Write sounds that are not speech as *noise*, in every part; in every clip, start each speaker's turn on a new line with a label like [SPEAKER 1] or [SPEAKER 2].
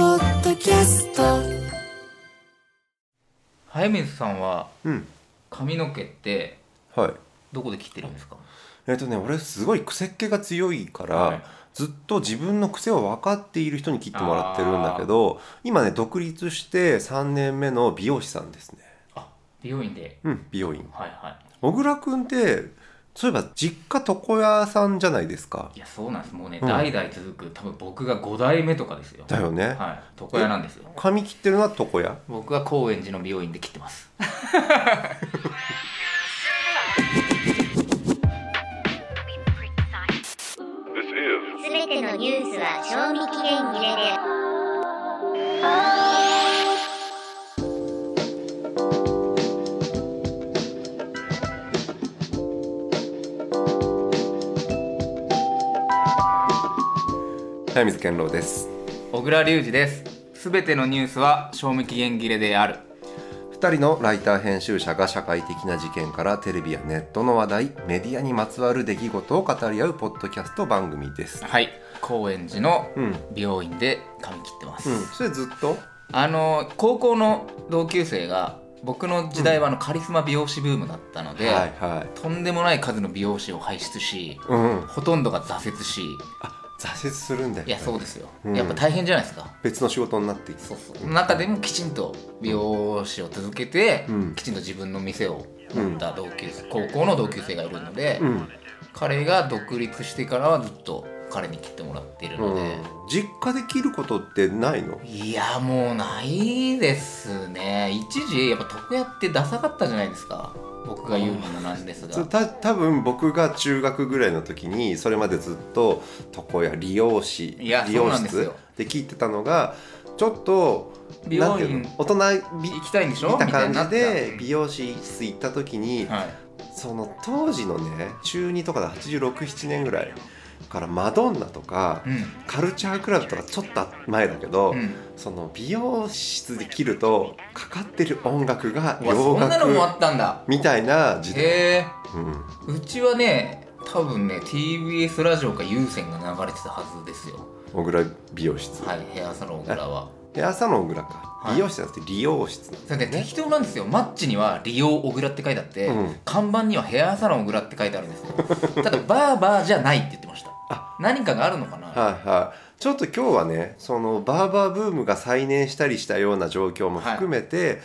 [SPEAKER 1] キャスト
[SPEAKER 2] 早水さんは
[SPEAKER 3] うん
[SPEAKER 2] 髪の毛って
[SPEAKER 3] はい
[SPEAKER 2] どこで切ってるんですか
[SPEAKER 3] えっとね俺すごい癖っ気が強いから、
[SPEAKER 2] はい
[SPEAKER 3] ずっと自分の癖を分かっている人に切ってもらってるんだけど今ね独立して3年目の美容師さんですね
[SPEAKER 2] あ美容院で
[SPEAKER 3] うん美容院
[SPEAKER 2] はいは
[SPEAKER 3] 小倉君ってそういえば実家床屋さんじゃないですか
[SPEAKER 2] いいやそうなんですもうね、
[SPEAKER 3] うん
[SPEAKER 2] 代々続く多分僕が5代目とかですよ
[SPEAKER 3] だよね、
[SPEAKER 2] はい床屋なんですよ
[SPEAKER 3] 髪切ってるのは床屋
[SPEAKER 2] 僕は高円寺の美容院で切ってます
[SPEAKER 4] すべてのニュースは賞味期限切れで
[SPEAKER 3] 早水健郎です
[SPEAKER 2] 小倉隆二ですすべてのニュースは賞味期限切れである
[SPEAKER 3] 2人のライター編集者が社会的な事件からテレビやネットの話題メディアにまつわる出来事を語り合うポッドキャスト番組です
[SPEAKER 2] はい高円寺の
[SPEAKER 3] うん
[SPEAKER 2] 美容院で髪切ってます、
[SPEAKER 3] うんそれずっと
[SPEAKER 2] あの高校の同級生が僕の時代はあのカリスマ美容師ブームだったので、
[SPEAKER 3] はいはい
[SPEAKER 2] とんでもない数の美容師を輩出し
[SPEAKER 3] うん
[SPEAKER 2] ほとんどが挫折し
[SPEAKER 3] あ挫折するんだよ
[SPEAKER 2] いやそうですよ、
[SPEAKER 3] うん
[SPEAKER 2] やっぱ大変じゃないですか
[SPEAKER 3] 別の仕事になっていく
[SPEAKER 2] そうそうその中でもきちんと美容師を続けて、
[SPEAKER 3] うん
[SPEAKER 2] きちんと自分の店を持った同級生、高校の同級生がいるので、
[SPEAKER 3] うん、
[SPEAKER 2] 彼が独立してからはずっと彼に切ってもらっているので、
[SPEAKER 3] 実家で切ることってないの
[SPEAKER 2] いやもうないですね一時やっぱ床屋ってダサかったじゃないですか僕が言うのもなんですが
[SPEAKER 3] つた多分僕が中学ぐらいの時にそれまでずっと床屋理容師
[SPEAKER 2] いや
[SPEAKER 3] 理容
[SPEAKER 2] そうなんです
[SPEAKER 3] 室
[SPEAKER 2] よ
[SPEAKER 3] で聞いてたのがちょっと
[SPEAKER 2] 美容院
[SPEAKER 3] なんていうの大人び
[SPEAKER 2] 行きたいんでしょ
[SPEAKER 3] 見た感じ
[SPEAKER 2] み
[SPEAKER 3] で
[SPEAKER 2] たい
[SPEAKER 3] 美容師室行った時
[SPEAKER 2] に
[SPEAKER 3] に、
[SPEAKER 2] なったはい
[SPEAKER 3] その当時のね中2とかで867年ぐらいからマドンナとか、
[SPEAKER 2] う
[SPEAKER 3] カルチャークラブとかちょっと前だけど、
[SPEAKER 2] んうん
[SPEAKER 3] その美容室で切るとかかってる音楽が
[SPEAKER 2] うわ
[SPEAKER 3] 洋
[SPEAKER 2] そんなのも
[SPEAKER 3] 楽
[SPEAKER 2] あったんだ
[SPEAKER 3] みたいな時代、
[SPEAKER 2] へえ
[SPEAKER 3] うん、
[SPEAKER 2] うちはね多分ね TBS ラジオか有線が流れてたはずですよ
[SPEAKER 3] 小倉美容室、
[SPEAKER 2] はいヘアサロン小倉は
[SPEAKER 3] で朝の小倉か、
[SPEAKER 2] はい
[SPEAKER 3] 美容室じゃなくて理容室なん
[SPEAKER 2] そ
[SPEAKER 3] だ
[SPEAKER 2] れ
[SPEAKER 3] よ
[SPEAKER 2] ね
[SPEAKER 3] ね
[SPEAKER 2] 適当なんですよマッチには「利用小倉」って書いてあって、
[SPEAKER 3] うん
[SPEAKER 2] 看板には「ヘアサロン小倉」って書いてある
[SPEAKER 3] *laughs*
[SPEAKER 2] んですよただバーバーじゃないって言ってました
[SPEAKER 3] あ
[SPEAKER 2] 何かがあるのかな、
[SPEAKER 3] はいはいちょっと今日はねそのバーバーブームが再燃したりしたような状況も含めて、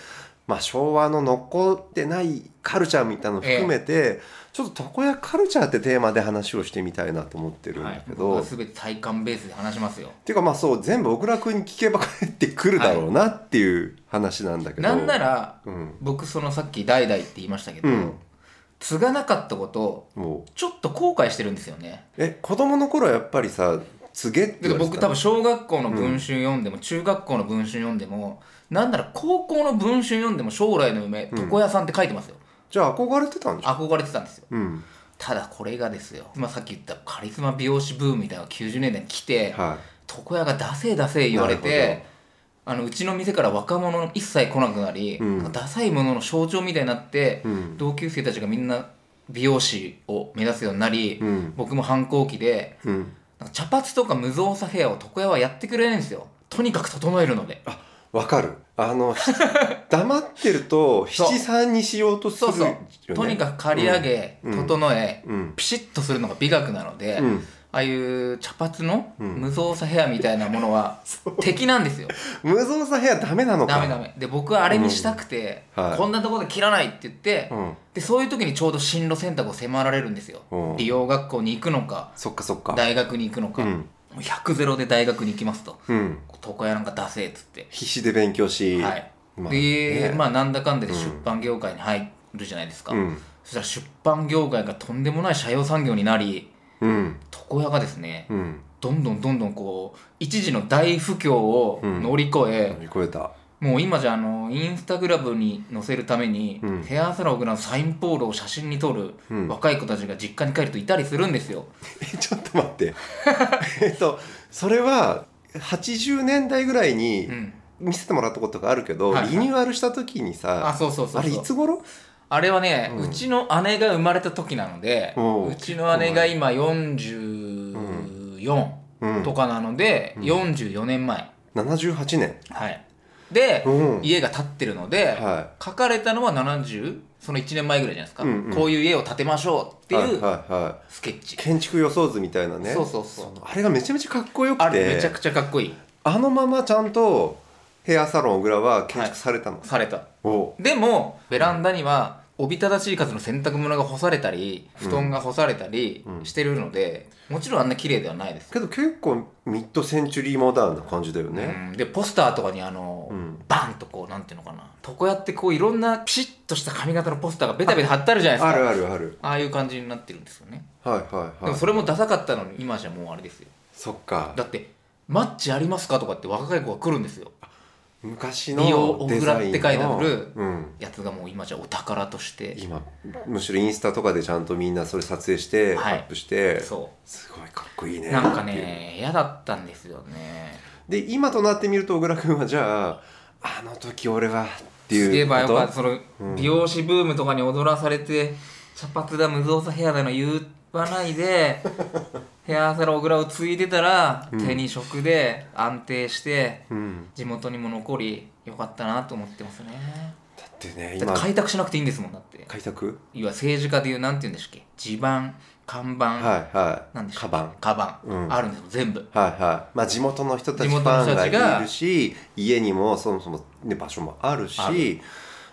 [SPEAKER 3] まあ、昭和の残ってないカルチャーみたいなの含めて、ちょっと床屋カルチャーってテーマで話をしてみたいなと思ってるんだけど、
[SPEAKER 2] 僕は全て体感ベースで話しますよ
[SPEAKER 3] ていうかまあそう全部小倉君に聞けば帰ってくるだろうなっていう話なんだけど、
[SPEAKER 2] なんなら
[SPEAKER 3] うん
[SPEAKER 2] 僕そのさっき「代々」って言いましたけど、
[SPEAKER 3] うん
[SPEAKER 2] 継がなかったことを
[SPEAKER 3] もう
[SPEAKER 2] ちょっと後悔してるんですよね
[SPEAKER 3] え子供の頃はやっぱりさ「告げ」って
[SPEAKER 2] だか
[SPEAKER 3] 言わ
[SPEAKER 2] ら
[SPEAKER 3] れて
[SPEAKER 2] 僕多
[SPEAKER 3] た
[SPEAKER 2] 分小学校の文集読んでも、中学校の文集読んでもなんなら高校の文集読んでも将来の夢
[SPEAKER 3] うん
[SPEAKER 2] 床屋さんって書いてますよ、
[SPEAKER 3] じゃあ憧れてたんじゃん
[SPEAKER 2] 憧れてたんですよ
[SPEAKER 3] うん
[SPEAKER 2] ただこれがですよ、まあ、さっき言ったカリスマ美容師ブームみたいなのが90年代に来て、
[SPEAKER 3] は
[SPEAKER 2] 床屋がダセーダセー言われ
[SPEAKER 3] なる
[SPEAKER 2] てあのうちの店から若者一切来なくなり、
[SPEAKER 3] うん
[SPEAKER 2] なんかダサいものの象徴みたいになって、
[SPEAKER 3] うん
[SPEAKER 2] 同級生たちがみんな美容師を目指すようになり、
[SPEAKER 3] うん
[SPEAKER 2] 僕も反抗期で
[SPEAKER 3] い、うん、
[SPEAKER 2] なんか茶髪とか無造作ヘアを床屋はやってくれないんですよとにかく整えるので
[SPEAKER 3] わかるあ
[SPEAKER 2] *laughs*
[SPEAKER 3] のひ黙ってると
[SPEAKER 2] そう
[SPEAKER 3] 七三にしようとす
[SPEAKER 2] そう
[SPEAKER 3] る
[SPEAKER 2] そう、
[SPEAKER 3] よね
[SPEAKER 2] とにかく刈り上げ、
[SPEAKER 3] うんうん
[SPEAKER 2] 整え、
[SPEAKER 3] うん
[SPEAKER 2] ピシッとするのが美学なので、
[SPEAKER 3] うん
[SPEAKER 2] ああいう茶髪の
[SPEAKER 3] うん
[SPEAKER 2] 無造作ヘアみたいなもの
[SPEAKER 3] *laughs*
[SPEAKER 2] は敵なんですよ
[SPEAKER 3] 無造作部屋ダメなのか
[SPEAKER 2] ダメダメで僕はあれにしたくて、
[SPEAKER 3] うんはい
[SPEAKER 2] こんなところで切らないって言って、
[SPEAKER 3] うん
[SPEAKER 2] でそういう時にちょうど進路選択を迫られるんですよ、
[SPEAKER 3] うん
[SPEAKER 2] 利用学校に行くのか
[SPEAKER 3] そっかそっか
[SPEAKER 2] 大学に行くのか、
[SPEAKER 3] うん
[SPEAKER 2] もう100ゼロで大学に行きますと
[SPEAKER 3] うん
[SPEAKER 2] 床屋なんか出せっつって、
[SPEAKER 3] 必死で勉強し、
[SPEAKER 2] はい
[SPEAKER 3] まあ
[SPEAKER 2] で、
[SPEAKER 3] ね
[SPEAKER 2] まあなんだかんだで
[SPEAKER 3] うん
[SPEAKER 2] 出版業界に入るじゃないですか、
[SPEAKER 3] うん
[SPEAKER 2] そしたら出版業界がとんでもない社用産業になり
[SPEAKER 3] うん
[SPEAKER 2] 床屋がですね、
[SPEAKER 3] うん
[SPEAKER 2] どんどんどんどんこう一時の大不況を乗り越え、
[SPEAKER 3] 乗り越えた
[SPEAKER 2] もう今じゃあのインスタグラムに載せるために、
[SPEAKER 3] うん
[SPEAKER 2] ヘアサロンのサインポールを写真に撮る
[SPEAKER 3] うん
[SPEAKER 2] 若い子たちが実家に帰るといたりするんですよ。
[SPEAKER 3] えちょっと待って *laughs* えっとそれは80年代ぐらいに
[SPEAKER 2] うん、
[SPEAKER 3] 見せてもらったことがあるけど、
[SPEAKER 2] はいはい
[SPEAKER 3] リニューアルした時に
[SPEAKER 2] あ
[SPEAKER 3] さあ
[SPEAKER 2] そうそうそうそう
[SPEAKER 3] れいつ頃
[SPEAKER 2] あれはね、う
[SPEAKER 3] うん
[SPEAKER 2] ちの姉が生まれた時なので
[SPEAKER 3] おう
[SPEAKER 2] うちの姉が今44
[SPEAKER 3] うん
[SPEAKER 2] とかなので、
[SPEAKER 3] うん
[SPEAKER 2] 44年前
[SPEAKER 3] 78年
[SPEAKER 2] はいで、
[SPEAKER 3] うん
[SPEAKER 2] 家が建ってるので、
[SPEAKER 3] は
[SPEAKER 2] 書かれたのは70その1年前ぐらいじゃないですか、
[SPEAKER 3] うんうん
[SPEAKER 2] こういう家を建てましょうっていう
[SPEAKER 3] はいはいは
[SPEAKER 2] スケッチ、
[SPEAKER 3] い、建築予想図みたいなね
[SPEAKER 2] そうそうそう
[SPEAKER 3] のあれがめちゃめちゃかっこよ
[SPEAKER 2] あ
[SPEAKER 3] く
[SPEAKER 2] れめちゃ
[SPEAKER 3] て
[SPEAKER 2] くちゃかっこいい
[SPEAKER 3] あのままちゃんとヘアサロン小倉は建築されたの、
[SPEAKER 2] された
[SPEAKER 3] お
[SPEAKER 2] でもベランダにはおびただしい数の洗濯物が干されたり布団が干されたり
[SPEAKER 3] うん
[SPEAKER 2] してるので、もちろんあんな綺麗ではないです、
[SPEAKER 3] けど結構ミッドセンチュリーモダンな感じだよね、
[SPEAKER 2] うんでポスターとかにあの、
[SPEAKER 3] うん
[SPEAKER 2] バンとこうなんていうのかな床屋ってこういろんなピシッとした髪型のポスターがベタベタ貼ってあるじゃないですか
[SPEAKER 3] あるあるある
[SPEAKER 2] ああいう感じになってるんですよね、
[SPEAKER 3] はいはい
[SPEAKER 2] で
[SPEAKER 3] は
[SPEAKER 2] も
[SPEAKER 3] い
[SPEAKER 2] それもダサかったのに今じゃもうあれですよ
[SPEAKER 3] そっか
[SPEAKER 2] だって「マッチありますか?」とかって若い子が来るんですよ
[SPEAKER 3] 昔
[SPEAKER 2] 美容
[SPEAKER 3] の
[SPEAKER 2] 小
[SPEAKER 3] デザ
[SPEAKER 2] 倉
[SPEAKER 3] イ
[SPEAKER 2] っ
[SPEAKER 3] ン
[SPEAKER 2] て書いてあ
[SPEAKER 3] の
[SPEAKER 2] る
[SPEAKER 3] うん、
[SPEAKER 2] やつがもう今じゃお宝として
[SPEAKER 3] 今むしろインスタとかでちゃんとみんなそれ撮影して、
[SPEAKER 2] はい
[SPEAKER 3] アップして
[SPEAKER 2] そ
[SPEAKER 3] すごいかっこいいね
[SPEAKER 2] うなんかね嫌だったんですよね
[SPEAKER 3] で今となってみると小倉君はじゃああの時俺はっていう
[SPEAKER 2] すげばよ
[SPEAKER 3] こと
[SPEAKER 2] かったその
[SPEAKER 3] うん
[SPEAKER 2] 美容師ブームとかに踊らされて茶髪だ無造作ヘアだの言わない
[SPEAKER 3] *laughs*
[SPEAKER 2] でヘアサロン小倉を継いでたら
[SPEAKER 3] うん
[SPEAKER 2] 手に職で安定して
[SPEAKER 3] うん、
[SPEAKER 2] 地元にも残りよかったなと思ってますね
[SPEAKER 3] だってね
[SPEAKER 2] だ
[SPEAKER 3] 今
[SPEAKER 2] って開拓しなくていいんですもんだって
[SPEAKER 3] 開拓
[SPEAKER 2] いわ政治家でいうなんて言うんでしたっけ地盤看板、
[SPEAKER 3] はいはい
[SPEAKER 2] なんでしょ
[SPEAKER 3] カ
[SPEAKER 2] う
[SPEAKER 3] バン
[SPEAKER 2] カバン、
[SPEAKER 3] うん
[SPEAKER 2] あるんですよ全部
[SPEAKER 3] はいはいまあ、地元の人たち
[SPEAKER 2] 地
[SPEAKER 3] フ
[SPEAKER 2] 元の人
[SPEAKER 3] ァン
[SPEAKER 2] たちが
[SPEAKER 3] がいるし家にもそもそも、ね、場所もあるし
[SPEAKER 2] あ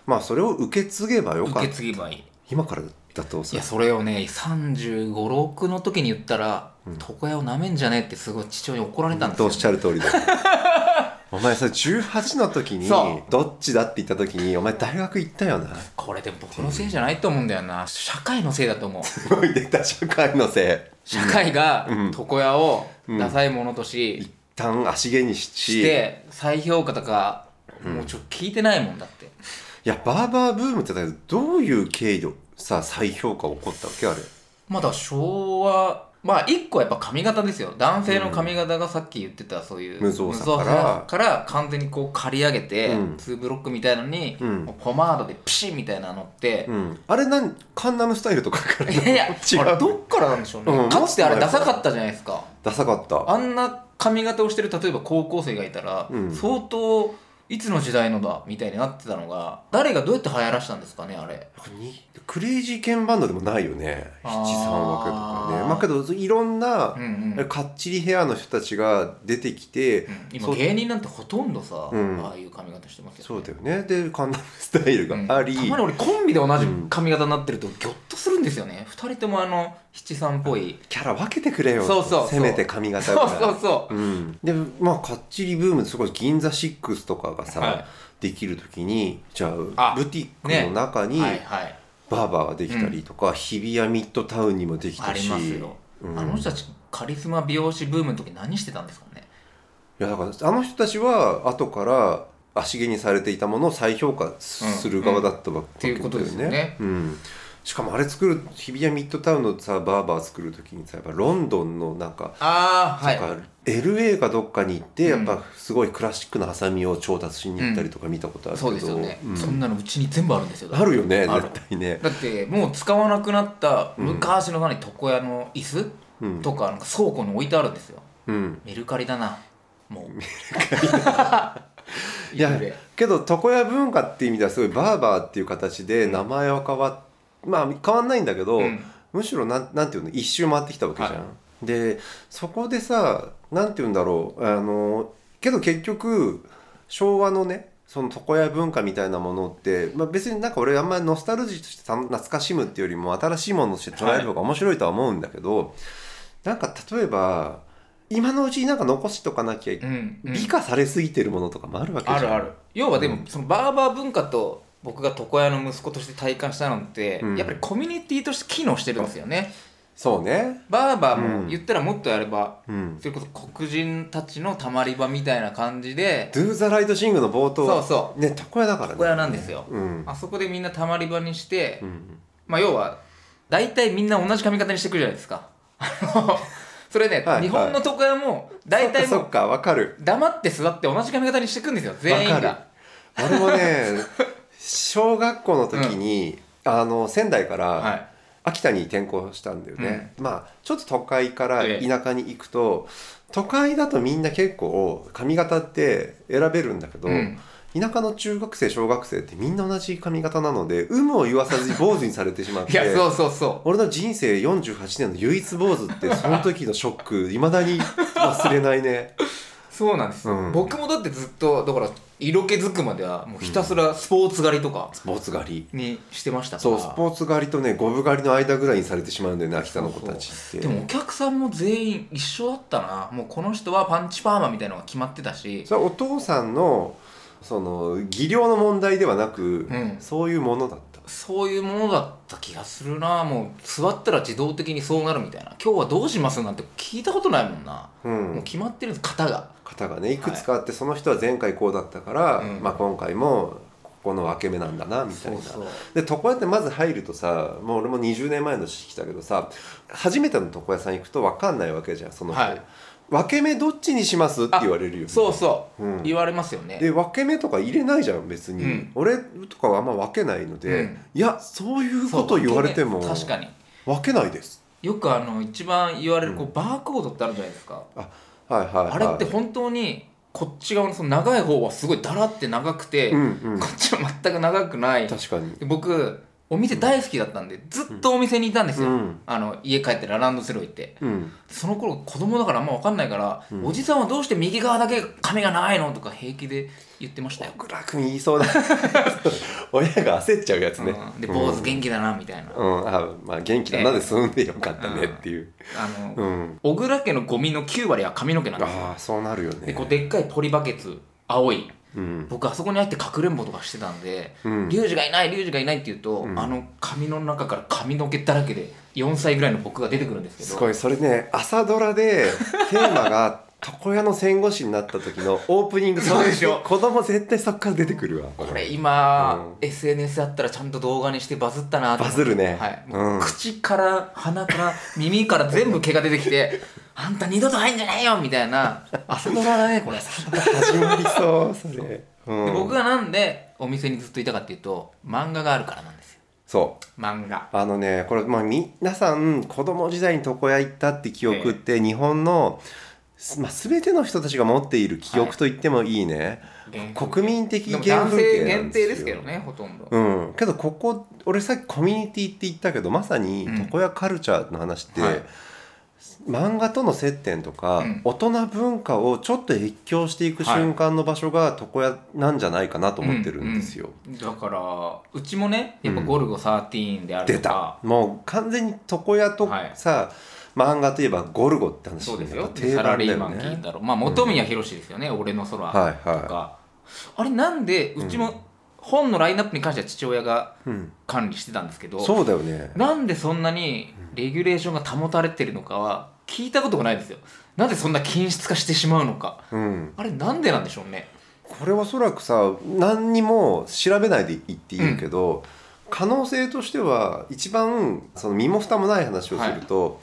[SPEAKER 3] まあそれを受け継げばよ
[SPEAKER 2] 受
[SPEAKER 3] かっ
[SPEAKER 2] け
[SPEAKER 3] た
[SPEAKER 2] 継げばいい
[SPEAKER 3] 今からだと
[SPEAKER 2] い
[SPEAKER 3] さ
[SPEAKER 2] やそれをね3 5 6の時に言ったら「床屋をなめんじゃねえ」ってすごい父親に怒られたんです
[SPEAKER 3] と
[SPEAKER 2] よ、
[SPEAKER 3] おっしゃ
[SPEAKER 2] *laughs*
[SPEAKER 3] る通りだよお前さ18の時に
[SPEAKER 2] そう
[SPEAKER 3] どっちだって言った時にお前大学行ったよな
[SPEAKER 2] これでも僕のせいじゃないと思うんだよな社会のせいだと思う
[SPEAKER 3] すごい出た社会のせい
[SPEAKER 2] 社会が
[SPEAKER 3] うん
[SPEAKER 2] 床屋を
[SPEAKER 3] うん
[SPEAKER 2] ダサいものとし、
[SPEAKER 3] 一旦足毛にし
[SPEAKER 2] して再評価とかもうちょっと聞いてないもんだって、
[SPEAKER 3] いやバーバーブームってだけどどういう経緯でさ再評価起こったわけあれ
[SPEAKER 2] まだ昭和まあ一個はやっぱ髪型ですよ男性の髪型がさっき言ってたそういう
[SPEAKER 3] 無造作から
[SPEAKER 2] 作から完全にこう刈り上げて、
[SPEAKER 3] うん
[SPEAKER 2] ツーブロックみたいのに、
[SPEAKER 3] うん
[SPEAKER 2] ポマードでピシッみたいなのって、
[SPEAKER 3] うんあれなんカンナムスタイルとか
[SPEAKER 2] *laughs*
[SPEAKER 3] から
[SPEAKER 2] いや
[SPEAKER 3] *laughs*
[SPEAKER 2] いや
[SPEAKER 3] 違う
[SPEAKER 2] あれどっからなんでしょうね、
[SPEAKER 3] うん
[SPEAKER 2] かつてあれダサかったじゃないですか
[SPEAKER 3] ダサかった
[SPEAKER 2] あんな髪型をしてる例えば高校生がいたら、
[SPEAKER 3] うん
[SPEAKER 2] 相当いつの時代のだみたいになってたのが誰がどうやって流行らしたんですかねあれ
[SPEAKER 3] にクレイジーケンバンドでもないよね
[SPEAKER 2] あ
[SPEAKER 3] 七
[SPEAKER 2] ー
[SPEAKER 3] 三枠とかねまあけどいろんな
[SPEAKER 2] うんうん、うん
[SPEAKER 3] かっちりヘアの人たちが出てきて
[SPEAKER 2] 今
[SPEAKER 3] そう
[SPEAKER 2] 芸人なんてほとんどさ、
[SPEAKER 3] うん
[SPEAKER 2] ああいう髪型してますよね
[SPEAKER 3] そうだよねでカンナムスタイルがあり
[SPEAKER 2] うんたまに俺コンビで同じ髪型になってるとギョッとするんですよね、二人ともあの七三っぽい
[SPEAKER 3] キャラ分けてくれよ
[SPEAKER 2] そうそうそう
[SPEAKER 3] せめて髪型
[SPEAKER 2] そう
[SPEAKER 3] が
[SPEAKER 2] そうそ
[SPEAKER 3] うん、でまあかっちりブームすごい銀座6とかがさ、
[SPEAKER 2] はい
[SPEAKER 3] できる時にじゃ
[SPEAKER 2] あ
[SPEAKER 3] あブティックの中
[SPEAKER 2] う
[SPEAKER 3] に
[SPEAKER 2] はいはい
[SPEAKER 3] バーバーができたりとか、日比谷ミッドタウンにもでき
[SPEAKER 2] あ
[SPEAKER 3] た
[SPEAKER 2] り
[SPEAKER 3] し
[SPEAKER 2] ますよ、
[SPEAKER 3] うん
[SPEAKER 2] あの人たちカリスマ美容師ブームの時何してたんですかね
[SPEAKER 3] いやだからあの人たちは後から足毛にされていたものを再評価する側だったわ
[SPEAKER 2] ていうことですよね
[SPEAKER 3] うんしかもあれ作る日比谷ミッドタウンのさバーバー作る時にさやっぱロンドンのなんか
[SPEAKER 2] ああはい
[SPEAKER 3] なんか LA かどっかに行って、
[SPEAKER 2] うん
[SPEAKER 3] やっぱすごいクラシックのハサミを調達しに行ったりとか見たことあるけど、
[SPEAKER 2] そうですよね、
[SPEAKER 3] うん
[SPEAKER 2] そんなのうちに全部あるんですよだって
[SPEAKER 3] あるよね
[SPEAKER 2] ある
[SPEAKER 3] 絶対ね
[SPEAKER 2] だってもう使わなくなった昔の何床屋の椅子、
[SPEAKER 3] うん
[SPEAKER 2] とかなんか倉庫に置いてあるんですよ
[SPEAKER 3] うん
[SPEAKER 2] メルカリだなもうメルカ *laughs*
[SPEAKER 3] い
[SPEAKER 2] リだ
[SPEAKER 3] やけど床屋文化っていう意味ではすごいバーバーっていう形で名前は変わっまあ変わんないんだけど、
[SPEAKER 2] うん
[SPEAKER 3] むしろなんなんていうの一周回ってきたわけじゃん、
[SPEAKER 2] は
[SPEAKER 3] でそこでさなんて言うんだろうあのけど結局昭和のねその床屋文化みたいなものって、まあ、別になんか俺あんまりノスタルジーとして懐かしむっていうよりも新しいものとして捉える方が面白いとは思うんだけど、なんか例えば今のうちになんか残しとかなきゃいけ
[SPEAKER 2] う
[SPEAKER 3] ない、
[SPEAKER 2] んうん
[SPEAKER 3] 美化されすぎてるものとかもあるわけじゃん
[SPEAKER 2] あるある要はでも、そのバーバー文化と僕が床屋の息子として体感したのって、
[SPEAKER 3] うん
[SPEAKER 2] やっぱりコミュニティとして機能してるんですよね
[SPEAKER 3] そうね
[SPEAKER 2] バーバー
[SPEAKER 3] う
[SPEAKER 2] も
[SPEAKER 3] ん
[SPEAKER 2] 言ったらもっとやれば、
[SPEAKER 3] うん
[SPEAKER 2] それこそ黒人たちのたまり場みたいな感じで
[SPEAKER 3] 「Do the Right Sing」の冒頭
[SPEAKER 2] そうそう
[SPEAKER 3] ね床屋だからね
[SPEAKER 2] 床屋なんですよ
[SPEAKER 3] うん
[SPEAKER 2] あそこでみんなたまり場にして、
[SPEAKER 3] うん
[SPEAKER 2] まあ要は大体みんな同じ髪型にしてくるじゃないですか *laughs* あのそれね、
[SPEAKER 3] はいはい
[SPEAKER 2] 日本の床屋も大体
[SPEAKER 3] そ
[SPEAKER 2] も
[SPEAKER 3] っかそうっかわかる
[SPEAKER 2] 黙って座って同じ髪型にしてくんですよ全員
[SPEAKER 3] わか
[SPEAKER 2] が
[SPEAKER 3] る *laughs* 俺もね小学校の時に、あの仙台から、
[SPEAKER 2] はい
[SPEAKER 3] 秋田に転校したんだよね、まあちょっと都会から
[SPEAKER 2] ええ
[SPEAKER 3] 田舎に行くと都会だとみんな結構髪型って選べるんだけど、
[SPEAKER 2] うん
[SPEAKER 3] 田舎の中学生小学生ってみんな同じ髪型なので有無を言わさずに坊主にされてしまっ
[SPEAKER 2] *laughs* いや
[SPEAKER 3] て
[SPEAKER 2] そうそうそ
[SPEAKER 3] 俺の人生48年の唯一坊主ってその時のショックいまだに忘れないね
[SPEAKER 2] うそうなんです、
[SPEAKER 3] うん
[SPEAKER 2] 僕もだってずっとだから色気づくまではもうひたすらスポーツ狩りとか
[SPEAKER 3] スポーツ狩り
[SPEAKER 2] にしてましたから、
[SPEAKER 3] そうスポーツ狩りとね五分狩りの間ぐらいにされてしまうんだよね秋田の子たちって
[SPEAKER 2] でもお客さんも全員一緒だったなもうこの人はパンチパーマみたいなのが決まってたし
[SPEAKER 3] それはお父さんのその技量の問題ではなく、
[SPEAKER 2] ん
[SPEAKER 3] そういうものだった
[SPEAKER 2] そういうものだった気がするなもう座ったら自動的にそうなるみたいな今日はどうしますなんて聞いたことないもんな、
[SPEAKER 3] う
[SPEAKER 2] もうん決まってるんです型が
[SPEAKER 3] 型がねいくつかあって、その人は前回こうだったから、
[SPEAKER 2] うん
[SPEAKER 3] まあ、今回もここの分け目なんだなみたいな
[SPEAKER 2] そう
[SPEAKER 3] で床屋ってまず入るとさもう俺も20年前の式だけどさ初めての床屋さん行くと分かんないわけじゃんその子、
[SPEAKER 2] はい
[SPEAKER 3] 分け目どっちにしますって言われるよね
[SPEAKER 2] そうそう、
[SPEAKER 3] うん
[SPEAKER 2] 言われますよね
[SPEAKER 3] で分け目とか入れないじゃん別に、
[SPEAKER 2] うん
[SPEAKER 3] 俺とかはあんま分けないの
[SPEAKER 2] う
[SPEAKER 3] で、
[SPEAKER 2] ん
[SPEAKER 3] いやそういう
[SPEAKER 2] そう
[SPEAKER 3] こと言われても
[SPEAKER 2] 確かに
[SPEAKER 3] 分けないです
[SPEAKER 2] よくあの一番言われるこ
[SPEAKER 3] う
[SPEAKER 2] うバーコードってあるじゃないですか、
[SPEAKER 3] はいはい、はい、
[SPEAKER 2] あれって本当にこっち側のその長い方はすごいだらって長くて、
[SPEAKER 3] うんうん
[SPEAKER 2] こっちは全く長くない
[SPEAKER 3] 確かに
[SPEAKER 2] で僕お店大好きだったんでずっとお店にいたんですよ、
[SPEAKER 3] うん
[SPEAKER 2] あの家帰ってラランドセル行って
[SPEAKER 3] うん
[SPEAKER 2] その頃子供だからあんま分かんないから、
[SPEAKER 3] うん
[SPEAKER 2] おじさんはどうして右側だけ髪がないのとか平気で言ってましたよ、
[SPEAKER 3] 極楽に言いそうだ *laughs* 親が焦っちゃうやつね、
[SPEAKER 2] うんで坊主
[SPEAKER 3] 気
[SPEAKER 2] 元気だなみたいな、
[SPEAKER 3] うん、あまあ元気だなで済んでよかったねっていう、
[SPEAKER 2] あ
[SPEAKER 3] う
[SPEAKER 2] の
[SPEAKER 3] ん
[SPEAKER 2] 小倉家のゴミの9割は髪の毛なんですよ
[SPEAKER 3] ああそうなるよね
[SPEAKER 2] でこうでっかいポリバケツ青い
[SPEAKER 3] うん、
[SPEAKER 2] 僕あそこに入ってかくれんぼとかしてたんで
[SPEAKER 3] うん
[SPEAKER 2] リュウジがいないリュウジがいないって言うと、
[SPEAKER 3] うん
[SPEAKER 2] あの髪の中から髪の毛だらけで4歳ぐらいの僕が出てくるんですけど
[SPEAKER 3] すごいそれね朝ドラでテーマが床屋の戦後史になった時のオープニング
[SPEAKER 2] そうでしょ
[SPEAKER 3] 子供絶対そっから出てくるわこ
[SPEAKER 2] これ今、
[SPEAKER 3] うん
[SPEAKER 2] SNS あったらちゃんと動画にしてバズったなと
[SPEAKER 3] バ
[SPEAKER 2] 思って
[SPEAKER 3] ズるね、
[SPEAKER 2] はい、
[SPEAKER 3] うん、
[SPEAKER 2] 口から鼻から耳から全部毛が出てきて *laughs* 「あんた二度と入んじゃないよ」みたいな朝ドラだねこれ
[SPEAKER 3] 始まりそうそれ、うん
[SPEAKER 2] で僕がなんでお店にずっといたかっていうと漫画があるからなんですよ
[SPEAKER 3] そう
[SPEAKER 2] 漫画
[SPEAKER 3] あのねこれ、まあ、皆さん子供時代に床屋行ったって記憶って日本の、すまあ、全ての人たちが持っている記憶と言ってもいいね、国民的
[SPEAKER 2] でも
[SPEAKER 3] 原
[SPEAKER 2] 男
[SPEAKER 3] 風
[SPEAKER 2] 性
[SPEAKER 3] 景な
[SPEAKER 2] 限
[SPEAKER 3] んですよ
[SPEAKER 2] 定ですけどねほとんど、
[SPEAKER 3] うん、けどここ俺さっきコミュニティって言ったけどまさに
[SPEAKER 2] うん
[SPEAKER 3] 床屋カルチャーの話って、
[SPEAKER 2] はい
[SPEAKER 3] 漫画との接点とか、
[SPEAKER 2] うん
[SPEAKER 3] 大人文化をちょっと越境していく瞬間の場所が床屋なんじゃないかなと思ってるんですよ。
[SPEAKER 2] だからうちもねやっぱ「ゴルゴ13」であ
[SPEAKER 3] 出
[SPEAKER 2] ると
[SPEAKER 3] た
[SPEAKER 2] か、
[SPEAKER 3] もう完全に床屋と
[SPEAKER 2] はい
[SPEAKER 3] さ、漫画といえば「ゴルゴ」って話
[SPEAKER 2] そうですよ
[SPEAKER 3] やっぱ
[SPEAKER 2] で
[SPEAKER 3] 定
[SPEAKER 2] サラ
[SPEAKER 3] 番だ
[SPEAKER 2] リー
[SPEAKER 3] よ
[SPEAKER 2] マン聞い
[SPEAKER 3] ね
[SPEAKER 2] たろうまあ本宮宏ですよね「俺の空」
[SPEAKER 3] はい
[SPEAKER 2] と
[SPEAKER 3] は
[SPEAKER 2] かあれなんでうちも本のラインナップに関しては父親が
[SPEAKER 3] い、うん、
[SPEAKER 2] 管理してたんですけど
[SPEAKER 3] そうだよね
[SPEAKER 2] なんでそんなにレギュレーションが保たれてるのかは聞いたことがないですよなぜそんな均質化してしまうのか
[SPEAKER 3] うん、
[SPEAKER 2] あれなんでなんでしょうね
[SPEAKER 3] これはおそらくさ何にも調べないで言っていいけど、可能性としては一番その身も蓋もない話をすると、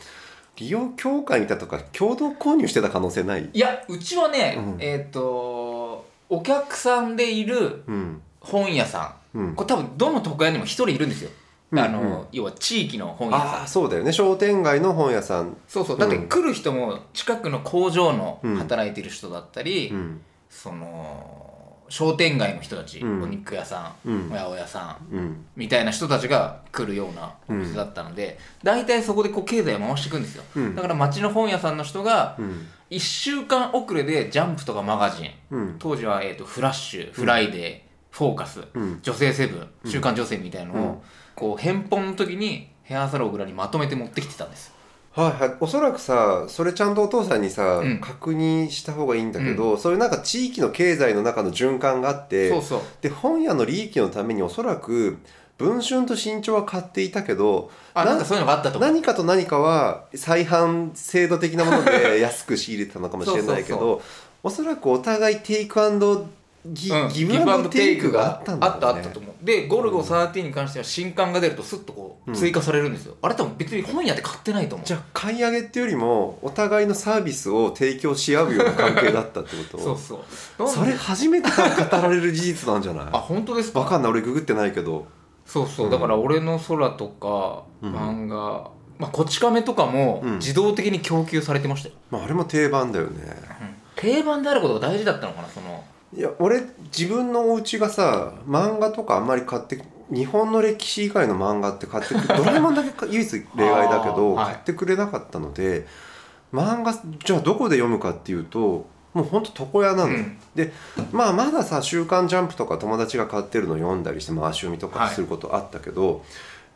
[SPEAKER 3] 利用協会にいたとか共同購入してた可能性ない、
[SPEAKER 2] いやうちはね、
[SPEAKER 3] うん
[SPEAKER 2] えっ、とお客さんでいる
[SPEAKER 3] うん
[SPEAKER 2] 本屋さ
[SPEAKER 3] うん
[SPEAKER 2] ん、これ多分どの床屋にも一人いるんですよ、
[SPEAKER 3] うん
[SPEAKER 2] あの、
[SPEAKER 3] うん
[SPEAKER 2] 要は地域の本屋さん
[SPEAKER 3] ああそうだよね商店街の本屋さん、
[SPEAKER 2] そうそうだって
[SPEAKER 3] うん
[SPEAKER 2] 来る人も近くの工場の
[SPEAKER 3] うん
[SPEAKER 2] 働いてる人だったり、
[SPEAKER 3] うん
[SPEAKER 2] その商店街の人たち、
[SPEAKER 3] うん
[SPEAKER 2] お肉屋さん、
[SPEAKER 3] うん
[SPEAKER 2] 八百屋さん
[SPEAKER 3] うん、
[SPEAKER 2] みたいな人たちが来るようなお店だったので、大体そこでこう経済を回していくんですよ、
[SPEAKER 3] うん
[SPEAKER 2] だから町の本屋さんの人が
[SPEAKER 3] うん
[SPEAKER 2] 1週間遅れで「ジャンプ」とか「マガジン」
[SPEAKER 3] うん
[SPEAKER 2] 当時は、えーと「フラッシュ」「フライデー」フォーカス」
[SPEAKER 3] うん
[SPEAKER 2] 女性セブン」「週刊女性」みたいのを、
[SPEAKER 3] うん
[SPEAKER 2] こう返本の時にヘアサログラにまとめて持ってきてたんです
[SPEAKER 3] はいはい、おそらくさそれちゃんとお父さんにさ、
[SPEAKER 2] うん
[SPEAKER 3] 確認した方がいいんだけど、そういうなんか地域の経済の中の循環があって
[SPEAKER 2] そうそう
[SPEAKER 3] で本屋の利益のためにおそらく文春と新潮は買っていたけど
[SPEAKER 2] あ
[SPEAKER 3] な
[SPEAKER 2] なんかそういうのがあったと思う
[SPEAKER 3] 何かと何かは再販制度的なもの
[SPEAKER 2] *laughs*
[SPEAKER 3] で安く仕入れてたのかもしれないけ
[SPEAKER 2] そう
[SPEAKER 3] ど
[SPEAKER 2] そ
[SPEAKER 3] おそらくお互いテイクギ,、
[SPEAKER 2] うん
[SPEAKER 3] ギブアンドテイクがあったんだ
[SPEAKER 2] あったあったと
[SPEAKER 3] う
[SPEAKER 2] 思うで「ゴルゴ13」に関しては新刊が出るとスッとこ
[SPEAKER 3] う
[SPEAKER 2] うん追加されるんですよ、あれ多分別に本屋で買ってないと思う
[SPEAKER 3] じゃあ買い上げっていうよりもお互いのサービスを提供し合うような関係だったってこと
[SPEAKER 2] *laughs* そうそう
[SPEAKER 3] それ初めて語られる事実なんじゃない
[SPEAKER 2] あ本当ですか
[SPEAKER 3] わかんない俺ググってないけど
[SPEAKER 2] そうそう、だから「俺の空」とか
[SPEAKER 3] うん
[SPEAKER 2] 漫画「まあ、こち亀」とかも
[SPEAKER 3] うん
[SPEAKER 2] 自動的に供給されてましたよ、
[SPEAKER 3] まあ、あれも定番だよね
[SPEAKER 2] 定番であることが大事だったのかなその
[SPEAKER 3] いや俺自分のお家がさ漫画とかあんまり買って日本の歴史以外の漫画って買 *laughs* ってくドラえもんだけ唯一例外だけど、
[SPEAKER 2] あーはい
[SPEAKER 3] 買ってくれなかったので漫画じゃあどこで読むかっていうともうほんと床屋なの、
[SPEAKER 2] うん
[SPEAKER 3] でまあまださ「週刊ジャンプ」とか友達が買ってるの読んだりして回し読みとかすることあったけど、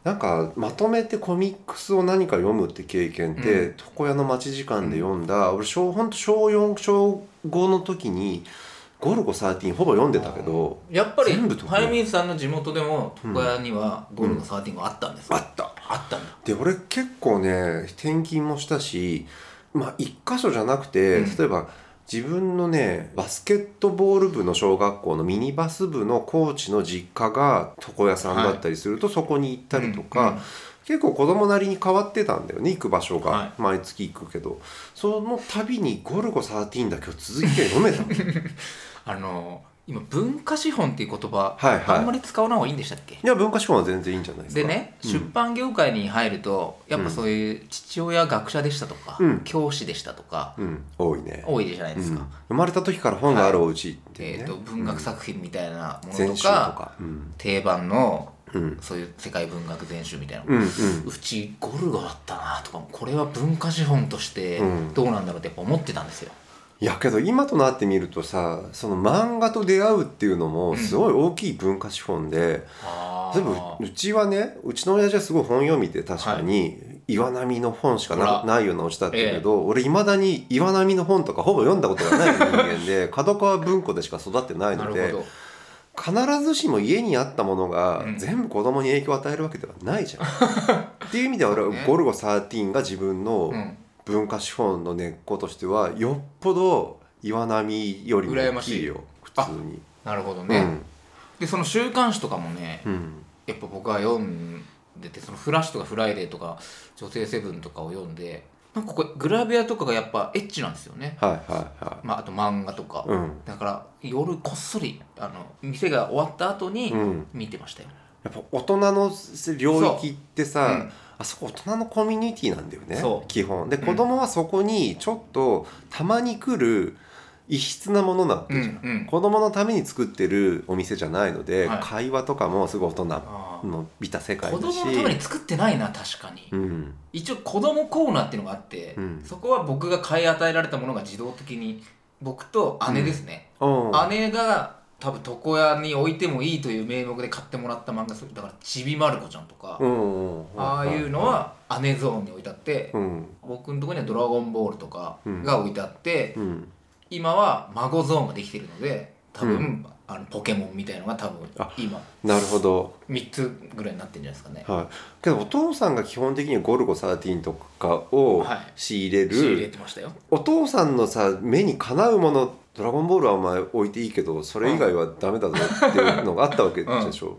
[SPEAKER 3] なんかまとめてコミックスを何か読むって経験って、
[SPEAKER 2] う
[SPEAKER 3] 床屋の待ち時間で読んだ、俺小ほんと小4小5の時に「ゴルゴ13」ほぼ読んでたけど、
[SPEAKER 2] やっぱり
[SPEAKER 3] 全部と
[SPEAKER 2] ハイミーズさんの地元でも床屋にはゴルゴ13があったんです、
[SPEAKER 3] あ
[SPEAKER 2] あ
[SPEAKER 3] った
[SPEAKER 2] ったんだ
[SPEAKER 3] で俺結構ね転勤もしたしまあ一箇所じゃなくて、
[SPEAKER 2] うん
[SPEAKER 3] 例えば自分のねバスケットボール部の小学校のミニバス部のコーチの実家が床屋さんだったりすると、そこに行ったりとか、
[SPEAKER 2] うんうん
[SPEAKER 3] 結構子供なりに変わってたんだよね行く場所が、
[SPEAKER 2] は
[SPEAKER 3] 毎月行くけどその度に「ゴルゴ13」だけを続いて読
[SPEAKER 2] *laughs*
[SPEAKER 3] めたい
[SPEAKER 2] あの今文化資本っていう言葉、
[SPEAKER 3] はいはい
[SPEAKER 2] あんまり使わない方がいいんでしたっけ
[SPEAKER 3] や文化資本は全然いいんじゃないですか
[SPEAKER 2] でね、
[SPEAKER 3] うん
[SPEAKER 2] 出版業界に入るとやっぱそういう父親学者でしたとか、
[SPEAKER 3] うん
[SPEAKER 2] 教師でしたとか、
[SPEAKER 3] うん多いね
[SPEAKER 2] 多いじゃないです
[SPEAKER 3] うん
[SPEAKER 2] か、
[SPEAKER 3] 生まれた時から本があるお家っていう
[SPEAKER 2] え
[SPEAKER 3] ね、
[SPEAKER 2] ー、と文学作品みたいなもの
[SPEAKER 3] 全
[SPEAKER 2] と
[SPEAKER 3] 集と
[SPEAKER 2] か,、
[SPEAKER 3] か、うん
[SPEAKER 2] 定番の
[SPEAKER 3] うん
[SPEAKER 2] そういう世界文学全集みたいな、
[SPEAKER 3] うんうん、
[SPEAKER 2] うちゴルゴだったなとかこれは文化資本として
[SPEAKER 3] うん
[SPEAKER 2] どうなんだろうってやっぱ思ってたんですよ、
[SPEAKER 3] いやけど今となってみるとさその漫画と出会うっていうのもすごい大きい文化資本で、
[SPEAKER 2] あ
[SPEAKER 3] 例えばうちはねうちの親父はすごい本読みで確かに、岩波の本しかな
[SPEAKER 2] ほら
[SPEAKER 3] ないようなお家だったけど、俺いまだに岩波の本とかほぼ読んだことがない人間
[SPEAKER 2] *laughs*
[SPEAKER 3] で角川文庫でしか育ってない
[SPEAKER 2] な
[SPEAKER 3] の
[SPEAKER 2] る
[SPEAKER 3] で
[SPEAKER 2] ほど
[SPEAKER 3] 必ずしも家にあったものが
[SPEAKER 2] うん
[SPEAKER 3] 全部子供に影響を与えるわけではな
[SPEAKER 2] *laughs*
[SPEAKER 3] いじゃん。っていう意味では俺
[SPEAKER 2] そう
[SPEAKER 3] は
[SPEAKER 2] ね
[SPEAKER 3] 「ゴルゴ13」が自分の、
[SPEAKER 2] うん
[SPEAKER 3] 文化資本の根っことしてはよっぽど岩波よりも大きいよ普
[SPEAKER 2] ましい
[SPEAKER 3] 通に
[SPEAKER 2] なるほどね、でその週刊誌とかもね
[SPEAKER 3] うん、うん、
[SPEAKER 2] やっぱ僕は読んでてそのフラッシュとかフライデーとか女性セブンとかを読んでなんかこれグラビアとかがやっぱエッチなんですよね、
[SPEAKER 3] はいはいは
[SPEAKER 2] まあ、あと漫画とか、
[SPEAKER 3] いうん
[SPEAKER 2] だから夜こっそりあの店が終わった後に
[SPEAKER 3] うん
[SPEAKER 2] 見てましたよ、
[SPEAKER 3] やっぱ大人の領域ってさ、
[SPEAKER 2] そううん
[SPEAKER 3] あそこ大人のコミュニティなんだよね
[SPEAKER 2] そう
[SPEAKER 3] 基本で
[SPEAKER 2] うん
[SPEAKER 3] 子供はそこにちょっとたまに来る異質なものなわけ
[SPEAKER 2] うん
[SPEAKER 3] じ
[SPEAKER 2] う
[SPEAKER 3] ゃん、
[SPEAKER 2] ん
[SPEAKER 3] 子供のために作ってるお店じゃないので、
[SPEAKER 2] はい
[SPEAKER 3] 会話とかもすごい大人
[SPEAKER 2] あー
[SPEAKER 3] のびた世界だ
[SPEAKER 2] 子
[SPEAKER 3] し
[SPEAKER 2] 供のために作ってないな確かに、
[SPEAKER 3] うん
[SPEAKER 2] 一応子供コーナーっていうのがあって、
[SPEAKER 3] うん
[SPEAKER 2] そこは僕が買い与えられたものが自動的に僕と姉ですね、
[SPEAKER 3] うん
[SPEAKER 2] 姉が多分床屋に置いてもいいという名目で買ってもらった漫画するだからちびまる子ちゃんとか、
[SPEAKER 3] うんうん
[SPEAKER 2] ああいうのは姉ゾーンに置いてあって、
[SPEAKER 3] うん
[SPEAKER 2] 僕のところには「ドラゴンボール」とかが置いてあって、
[SPEAKER 3] うん
[SPEAKER 2] 今は孫ゾーンができてるので多分、
[SPEAKER 3] う
[SPEAKER 2] あのポケモンみたいのが多分
[SPEAKER 3] あ
[SPEAKER 2] 今
[SPEAKER 3] なるほど、
[SPEAKER 2] 3つぐらいになってるんじゃないですかね。
[SPEAKER 3] はい、けどお父さんが基本的に「ゴルゴ13」とかを
[SPEAKER 2] はい
[SPEAKER 3] 仕入れ
[SPEAKER 2] 仕入
[SPEAKER 3] る、
[SPEAKER 2] れてましたよ
[SPEAKER 3] お父さんのさ目にかなうもの「ドラゴンボール」はお前置いていいけどそれ以外はダメだぞっていうのがあったわけでしょ。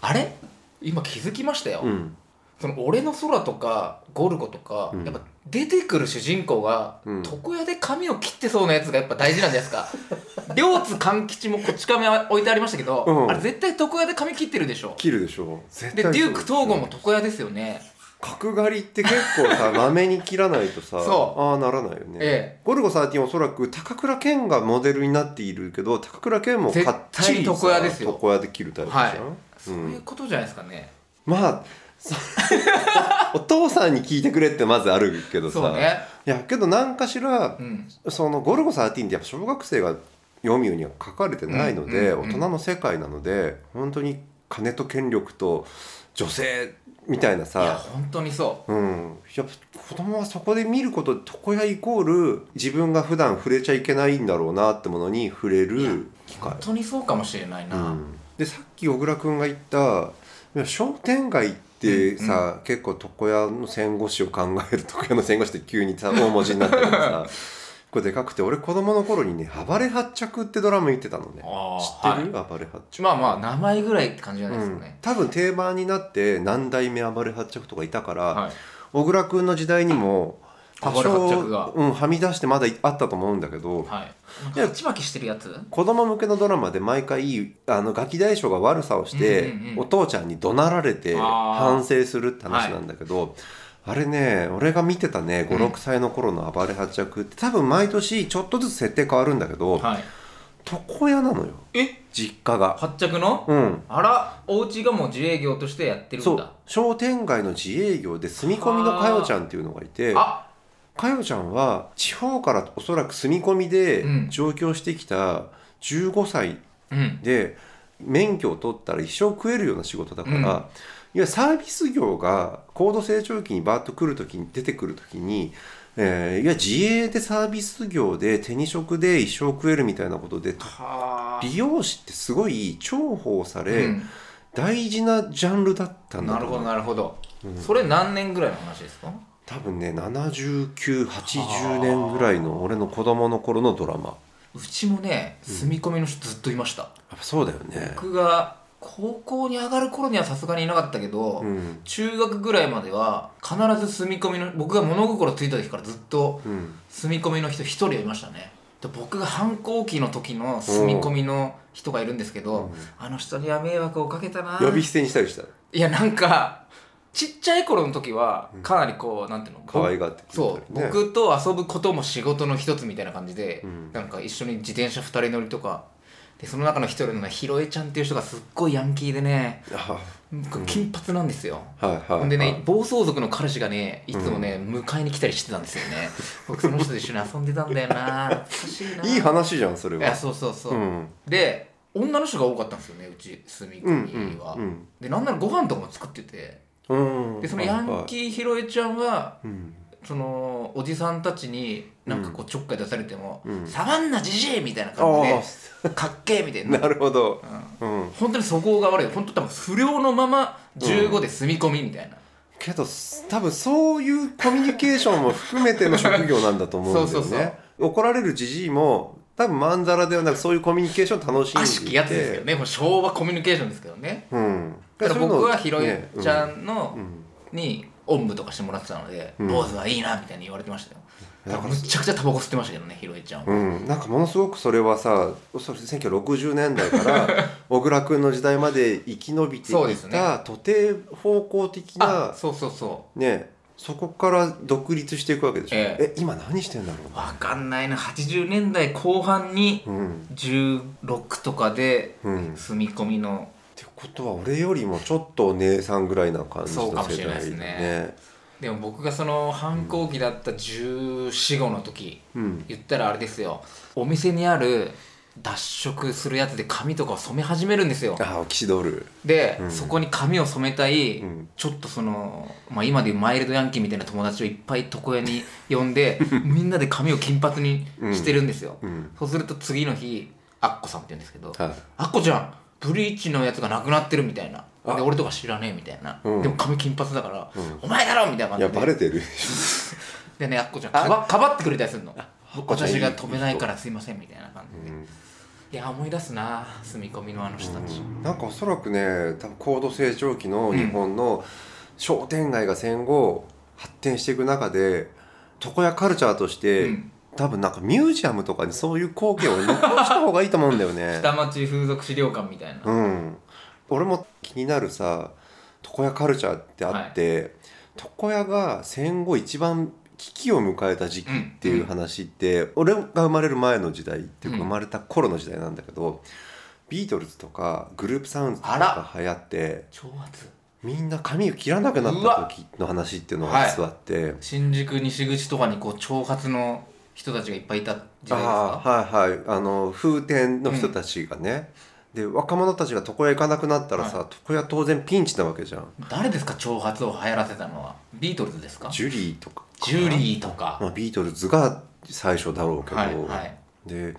[SPEAKER 2] あれ今気づきましたよ、
[SPEAKER 3] うん
[SPEAKER 2] その「俺の空」とか「ゴルゴ」とか、
[SPEAKER 3] うん
[SPEAKER 2] やっぱ出てくる主人公が、
[SPEAKER 3] うん
[SPEAKER 2] 床屋で髪を切ってそうなやつがやっぱ大事なんじゃないです
[SPEAKER 3] *laughs*
[SPEAKER 2] か両津勘吉もこち亀は置いてありましたけど、
[SPEAKER 3] うん
[SPEAKER 2] あれ絶対床屋で髪切ってるでしょ
[SPEAKER 3] 切るでしょ絶
[SPEAKER 2] でデ
[SPEAKER 3] そう
[SPEAKER 2] ューク東郷も床屋ですよね
[SPEAKER 3] 角刈りって結構
[SPEAKER 2] *laughs*
[SPEAKER 3] さまめに切らないとさ
[SPEAKER 2] そう
[SPEAKER 3] ああならないよね、
[SPEAKER 2] え
[SPEAKER 3] ゴルゴ13おそらく高倉健がモデルになっているけど高倉健もかっちりさ
[SPEAKER 2] 絶対床屋ですよ
[SPEAKER 3] 床屋で切るタイプじゃん、
[SPEAKER 2] はいそう
[SPEAKER 3] うん
[SPEAKER 2] いうことじゃないですかね、
[SPEAKER 3] まあそ *laughs* お父さんに聞いてくれってまずあるけどさ、
[SPEAKER 2] そうね
[SPEAKER 3] いやけど何かしら
[SPEAKER 2] うん
[SPEAKER 3] その「ゴルゴ13」ってやっぱ小学生が読むようには書かれてないので、
[SPEAKER 2] うんうんうん
[SPEAKER 3] 大人の世界なので本当に金と権力と女性みたいない
[SPEAKER 2] や
[SPEAKER 3] さ
[SPEAKER 2] 本当にそ
[SPEAKER 3] うん、やっぱ子供はそこで見ること床屋イコール自分が普段触れちゃいけないんだろうなってものに触れる機
[SPEAKER 2] う
[SPEAKER 3] 会
[SPEAKER 2] 本当にそうかもしれないな、
[SPEAKER 3] でさっき小倉君が言ったいや商店街ってさ、結構床屋の戦後史を考える床屋の戦後史って急にさ大文字になったけど
[SPEAKER 2] *laughs*
[SPEAKER 3] さこれでかくて俺子供の頃にね「暴れ発着」ってドラマ見てたのね
[SPEAKER 2] あ
[SPEAKER 3] 知っ
[SPEAKER 2] ー
[SPEAKER 3] てる、暴れ発着、
[SPEAKER 2] まあまあ名前ぐらいって感じじゃないです
[SPEAKER 3] う
[SPEAKER 2] か
[SPEAKER 3] ん
[SPEAKER 2] ね、
[SPEAKER 3] 多分定番になって何代目暴れ発着とかいたから、
[SPEAKER 2] はい
[SPEAKER 3] 小倉君の時代にも
[SPEAKER 2] こ
[SPEAKER 3] 多
[SPEAKER 2] ぼれ発着
[SPEAKER 3] 少
[SPEAKER 2] が、
[SPEAKER 3] うん、はみ出してまだあったと思うんだけど、
[SPEAKER 2] はい
[SPEAKER 3] いや
[SPEAKER 2] 勝ち負けしてるやつ
[SPEAKER 3] 子供向けのドラマで毎回あのガキ大将が悪さをして、
[SPEAKER 2] うんうんうん
[SPEAKER 3] お父ちゃんに怒鳴られて
[SPEAKER 2] あー
[SPEAKER 3] 反省するって話なんだけど、あれね俺が見てたね
[SPEAKER 2] うん
[SPEAKER 3] 56歳の頃の「暴れ発着」って多分毎年ちょっとずつ設定変わるんだけど、
[SPEAKER 2] はい
[SPEAKER 3] 床屋なのよ
[SPEAKER 2] え
[SPEAKER 3] 実家が。
[SPEAKER 2] 発着の
[SPEAKER 3] うん
[SPEAKER 2] あらお家がもう自営業としてやってる
[SPEAKER 3] そ
[SPEAKER 2] ん
[SPEAKER 3] う
[SPEAKER 2] だ
[SPEAKER 3] 商店街の自営業で住み込みのかよちゃんっていうのがいてか
[SPEAKER 2] あ
[SPEAKER 3] よちゃんは地方からおそらく住み込みで
[SPEAKER 2] うん
[SPEAKER 3] 上京してきた15歳
[SPEAKER 2] うん
[SPEAKER 3] で免許を取ったら一生食えるような仕事だから、
[SPEAKER 2] うん
[SPEAKER 3] いわゆるサービス業が高度成長期にバーッと来る時に出てくる時に、えーいや自営でサービス業で手に職で一生食えるみたいなことで
[SPEAKER 2] はあ
[SPEAKER 3] 美容師ってすごい重宝され、
[SPEAKER 2] うん
[SPEAKER 3] 大事なジャンルだったんだ
[SPEAKER 2] なる
[SPEAKER 3] ろう
[SPEAKER 2] ほどなるほど、それ何年ぐらいの話ですか
[SPEAKER 3] 多分ね7980年ぐらいの俺の子供の頃のドラマ
[SPEAKER 2] うちもね住み込みの人ずっといました、
[SPEAKER 3] やっぱそうだよね
[SPEAKER 2] 僕が高校に上がる頃にはさすがにいなかったけど、
[SPEAKER 3] うん
[SPEAKER 2] 中学ぐらいまでは必ず住み込みの僕が物心ついた時からずっと
[SPEAKER 3] うん
[SPEAKER 2] 住み込みの人一人はいましたねで僕が反抗期の時の住み込みの人がいるんですけど、
[SPEAKER 3] うん
[SPEAKER 2] あの人には迷惑をかけたな
[SPEAKER 3] 呼び捨てにしたりした
[SPEAKER 2] いやなんかちっちゃい頃の時はかなりこう、なんていうの
[SPEAKER 3] 可愛がってくれ
[SPEAKER 2] そう、
[SPEAKER 3] たりね
[SPEAKER 2] 僕と遊ぶことも仕事の一つみたいな感じで、
[SPEAKER 3] うん
[SPEAKER 2] なんか一緒に自転車2人乗りとかでその中の一人のねひろえちゃんっていう人がすっごいヤンキーでね
[SPEAKER 3] あ
[SPEAKER 2] 金髪なんですよ、
[SPEAKER 3] はいはい
[SPEAKER 2] ほ
[SPEAKER 3] は
[SPEAKER 2] ん
[SPEAKER 3] い
[SPEAKER 2] でね暴走族の彼氏がねいつもね、迎えに来たりしてたんですよ
[SPEAKER 3] *laughs*
[SPEAKER 2] ね僕その人と一緒に遊んでたんだよな懐かしいない
[SPEAKER 3] い話じゃんそれ
[SPEAKER 2] い
[SPEAKER 3] は
[SPEAKER 2] やそうそうそう、
[SPEAKER 3] うん
[SPEAKER 2] で女の人が多かったんですよねうち住み
[SPEAKER 3] うん
[SPEAKER 2] 込みは、
[SPEAKER 3] うん
[SPEAKER 2] でなんならご飯とかも作ってて
[SPEAKER 3] うん
[SPEAKER 2] でそのヤン
[SPEAKER 3] ー
[SPEAKER 2] キーひろえちゃんは
[SPEAKER 3] うん
[SPEAKER 2] そのおじさんたちになんかこうちょっかい出されても
[SPEAKER 3] う
[SPEAKER 2] 「
[SPEAKER 3] ん
[SPEAKER 2] 触んなじじい!」みたいな感
[SPEAKER 3] あ
[SPEAKER 2] じで「かっけえ!」みたい
[SPEAKER 3] あ
[SPEAKER 2] な
[SPEAKER 3] *laughs* なるほど
[SPEAKER 2] うん
[SPEAKER 3] うん
[SPEAKER 2] 本当に素行が悪い本当多分不良のまま15で住み込みみたいな、
[SPEAKER 3] けど多分そういうコミュニケーションも含めての職業なんだと思うんだよ
[SPEAKER 2] *laughs*
[SPEAKER 3] ね
[SPEAKER 2] そうそう
[SPEAKER 3] 怒られるじじいも多分まんざらではなくそういうコミュニケーションを楽しんでい
[SPEAKER 2] 悪
[SPEAKER 3] て
[SPEAKER 2] しきやつですけどねもう昭和コミュニケーションですけどね
[SPEAKER 3] うん、
[SPEAKER 2] だから僕はひ
[SPEAKER 3] 広
[SPEAKER 2] ろえちゃん
[SPEAKER 3] う
[SPEAKER 2] の
[SPEAKER 3] ん
[SPEAKER 2] におんぶとかしてもらってたので「
[SPEAKER 3] うん
[SPEAKER 2] 坊主はいいな」みたいに言われてましたよ
[SPEAKER 3] い
[SPEAKER 2] だ
[SPEAKER 3] や
[SPEAKER 2] からむちゃくちゃタバコ吸ってましたけどねひろえちゃんは、
[SPEAKER 3] うん、なんかものすごくそれはさそれ1960年代から
[SPEAKER 2] *laughs*
[SPEAKER 3] 小倉君の時代まで生き延びてい
[SPEAKER 2] そうですね
[SPEAKER 3] た徒弟方向的
[SPEAKER 2] あ
[SPEAKER 3] な
[SPEAKER 2] そうそうそ
[SPEAKER 3] ねそこから独立していくわけでしょ、
[SPEAKER 2] え
[SPEAKER 3] え今何してんだろ
[SPEAKER 2] うわかんないな80年代後半に
[SPEAKER 3] ううん
[SPEAKER 2] 16とかで
[SPEAKER 3] うん
[SPEAKER 2] 住み込みの
[SPEAKER 3] ってことは俺よりもちょっとお姉さんぐらいな感じの
[SPEAKER 2] そ
[SPEAKER 3] 世
[SPEAKER 2] うかもしれ
[SPEAKER 3] 代
[SPEAKER 2] ない
[SPEAKER 3] だ
[SPEAKER 2] ですね
[SPEAKER 3] ね
[SPEAKER 2] でも僕がその反抗期だった1415の時
[SPEAKER 3] うん
[SPEAKER 2] 言ったらあれですよお店にある脱色するやつで髪とかを染め始めるんですよ
[SPEAKER 3] ああオキシドール
[SPEAKER 2] で、
[SPEAKER 3] うん
[SPEAKER 2] そこに髪を染めたい、
[SPEAKER 3] うん
[SPEAKER 2] ちょっとその、まあ、今でいうマイルドヤンキーみたいな友達をいっぱい床屋に呼ん
[SPEAKER 3] *laughs*
[SPEAKER 2] でみんなで髪を金髪にしてるんですよ、
[SPEAKER 3] うん
[SPEAKER 2] そうすると次の日アッコさんって言うんですけど、
[SPEAKER 3] はい
[SPEAKER 2] あっこちゃんブリーチのやつがなくなってるみたいな
[SPEAKER 3] あ
[SPEAKER 2] で俺とか知らねえみたいな、
[SPEAKER 3] うん
[SPEAKER 2] でも髪金髪だから、お前だろみたいない感
[SPEAKER 3] や
[SPEAKER 2] じで
[SPEAKER 3] バレてる
[SPEAKER 2] でねあっこちゃんかばかばってくれたりするの
[SPEAKER 3] っこちゃん
[SPEAKER 2] 私
[SPEAKER 3] いい
[SPEAKER 2] が飛べないからすいませんみたいな感じで、
[SPEAKER 3] うん
[SPEAKER 2] いや思い出すな住み込みのあの人たち、
[SPEAKER 3] なんかおそらくね多分高度成長期の日本の商店街が戦後発展していく中で床屋カルチャーとし
[SPEAKER 2] う
[SPEAKER 3] て、
[SPEAKER 2] ん
[SPEAKER 3] 多分なんかミュージアムとかにそういう光景を残した方がいいと思うんだよね。
[SPEAKER 2] 下町風俗資料館みたいな、
[SPEAKER 3] うん、俺も気になるさ床屋カルチャーってあって、床屋が戦後一番危機を迎えた時期っていう話って、俺が生まれる前の時代っていうか
[SPEAKER 2] うん
[SPEAKER 3] 生まれた頃の時代なんだけど、ビートルズとかグループサウンズとか
[SPEAKER 2] あ
[SPEAKER 3] が流行って
[SPEAKER 2] 挑発
[SPEAKER 3] みんな髪を切らなくなっ
[SPEAKER 2] うわ
[SPEAKER 3] た時の話っていうのが座って、
[SPEAKER 2] 新宿西口とかにこう挑発の人たちがいっぱいいた時代です
[SPEAKER 3] あ
[SPEAKER 2] か
[SPEAKER 3] あはいはいあの風天の人たちがね、で若者たちが床屋行かなくなったらさ、床屋当然ピンチなわけじゃん。
[SPEAKER 2] 誰ですか挑発を流行らせたのはビートルズですかジ
[SPEAKER 3] ジュリーとか
[SPEAKER 2] ュリーとか
[SPEAKER 3] まあ、ビートルズが最初だろうけど、
[SPEAKER 2] はいはい
[SPEAKER 3] で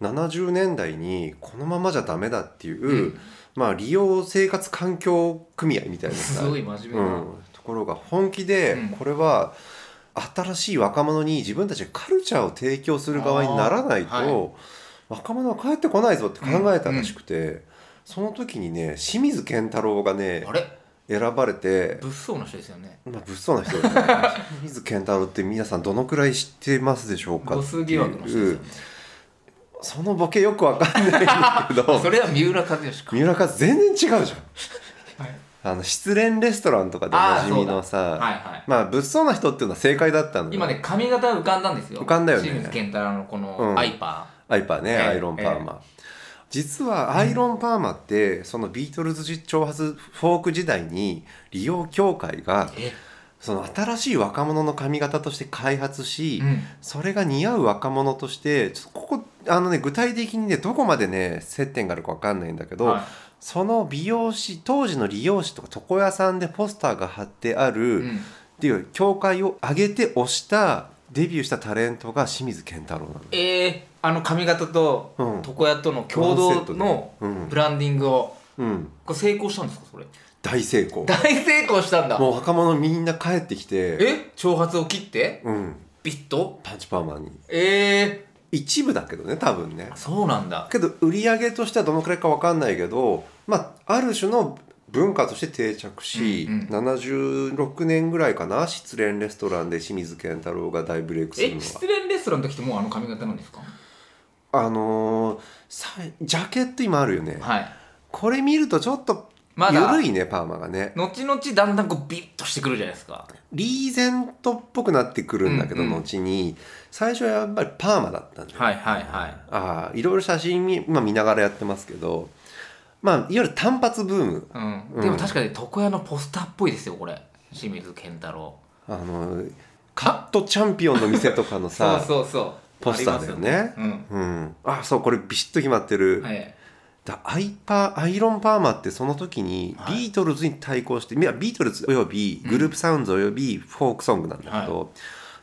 [SPEAKER 3] 70年代にこのままじゃダメだっていう、
[SPEAKER 2] うん
[SPEAKER 3] まあ、利用生活環境組合みたいな
[SPEAKER 2] す
[SPEAKER 3] さ、
[SPEAKER 2] ご
[SPEAKER 3] う
[SPEAKER 2] い
[SPEAKER 3] ん、
[SPEAKER 2] 真面目な、
[SPEAKER 3] ところが本気で
[SPEAKER 2] うん
[SPEAKER 3] これは新しい若者に自分たちがカルチャーを提供する側にならないと、
[SPEAKER 2] あーは
[SPEAKER 3] 若者は帰ってこないぞって考えたらしくて、その時にね清水健太郎がね
[SPEAKER 2] あれ
[SPEAKER 3] 選ばれて、
[SPEAKER 2] 物騒な人ですよね
[SPEAKER 3] まあ、物騒な人ですね
[SPEAKER 2] *laughs*
[SPEAKER 3] 水木健太郎って皆さんどのくらい知ってますでしょうか
[SPEAKER 2] ボ
[SPEAKER 3] って
[SPEAKER 2] ス
[SPEAKER 3] い
[SPEAKER 2] 疑惑の人ですよ
[SPEAKER 3] う
[SPEAKER 2] ね
[SPEAKER 3] そのボケよくわかんないんだけ
[SPEAKER 2] *laughs*
[SPEAKER 3] ど
[SPEAKER 2] それは三浦和義か
[SPEAKER 3] 三浦和全然違うじゃん
[SPEAKER 2] はい
[SPEAKER 3] あの失恋レストランとかでおなじみの
[SPEAKER 2] は
[SPEAKER 3] さ、
[SPEAKER 2] いはい
[SPEAKER 3] まあ物騒な人っていうのは正解だったのよ
[SPEAKER 2] 今ね髪型浮かんだんですよ
[SPEAKER 3] 浮かんだよね
[SPEAKER 2] 清水健太郎のこ
[SPEAKER 3] う
[SPEAKER 2] の
[SPEAKER 3] ん
[SPEAKER 2] アイパ
[SPEAKER 3] アイパーね、
[SPEAKER 2] ええ
[SPEAKER 3] アイロンパーマ、実はアイロンパーマってそのビートルズ挑発フォーク時代に利用協会が
[SPEAKER 2] ーえ
[SPEAKER 3] その新しい若者の髪型として開発し、
[SPEAKER 2] うん
[SPEAKER 3] それが似合う若者としてちょっとここあのね具体的にねどこまでね接点があるかわかんないんだけど、
[SPEAKER 2] はい
[SPEAKER 3] その美容師当時の理容師とか床屋さんでポスターが貼ってある、
[SPEAKER 2] う
[SPEAKER 3] っ
[SPEAKER 2] ん
[SPEAKER 3] ていう協会を挙げて推したデビューしたタレントが清水健太郎なの。
[SPEAKER 2] えーあの髪型と
[SPEAKER 3] うん
[SPEAKER 2] 床屋との共同の
[SPEAKER 3] ワンセットでうん
[SPEAKER 2] ブランディングを
[SPEAKER 3] うん、
[SPEAKER 2] これ成功したんですかそれ
[SPEAKER 3] 大成功
[SPEAKER 2] 大成功したんだ
[SPEAKER 3] もう若者みんな帰ってきて
[SPEAKER 2] え挑発を切って
[SPEAKER 3] うん
[SPEAKER 2] ビッと
[SPEAKER 3] パンチパーマに
[SPEAKER 2] え
[SPEAKER 3] 一部だけどね多分ね
[SPEAKER 2] ー、そうなんだ
[SPEAKER 3] けど売り上げとしてはどのくらいか分かんないけどまあある種の文化として定着し、
[SPEAKER 2] うんうん
[SPEAKER 3] 76年ぐらいかな失恋レストランで清水健太郎が大ブレイクするの
[SPEAKER 2] え
[SPEAKER 3] は
[SPEAKER 2] 失恋レストランの時ってもうあの髪型なんですか
[SPEAKER 3] あのーさジャケット今あるよね、
[SPEAKER 2] はい
[SPEAKER 3] これ見るとちょっと
[SPEAKER 2] まだ
[SPEAKER 3] 緩いねパーマがね
[SPEAKER 2] 後々だんだんこうビッとしてくるじゃないですか
[SPEAKER 3] リーゼントっぽくなってくるんだけど、
[SPEAKER 2] うんうん
[SPEAKER 3] 後に最初はやっぱりパーマだったんだよね
[SPEAKER 2] はいはいはい
[SPEAKER 3] ああいろいろ写真見,、まあ、見ながらやってますけどまあいわゆる単発ブーム
[SPEAKER 2] うん、でも確かに床屋のポスターっぽいですよこれ清水健太郎
[SPEAKER 3] あのカットチャンピオンの店とかの
[SPEAKER 2] そ
[SPEAKER 3] さ
[SPEAKER 2] うそうそう
[SPEAKER 3] ポスターだよね
[SPEAKER 2] あります
[SPEAKER 3] うん、あそうこれビシッと決まって
[SPEAKER 2] よねう
[SPEAKER 3] る、
[SPEAKER 2] んはい
[SPEAKER 3] だアイパーアイロンパーマってその時に
[SPEAKER 2] はい
[SPEAKER 3] ビートルズに対抗して、いやビートルズおよびグループサウンズおよびフォークソングなんだけど、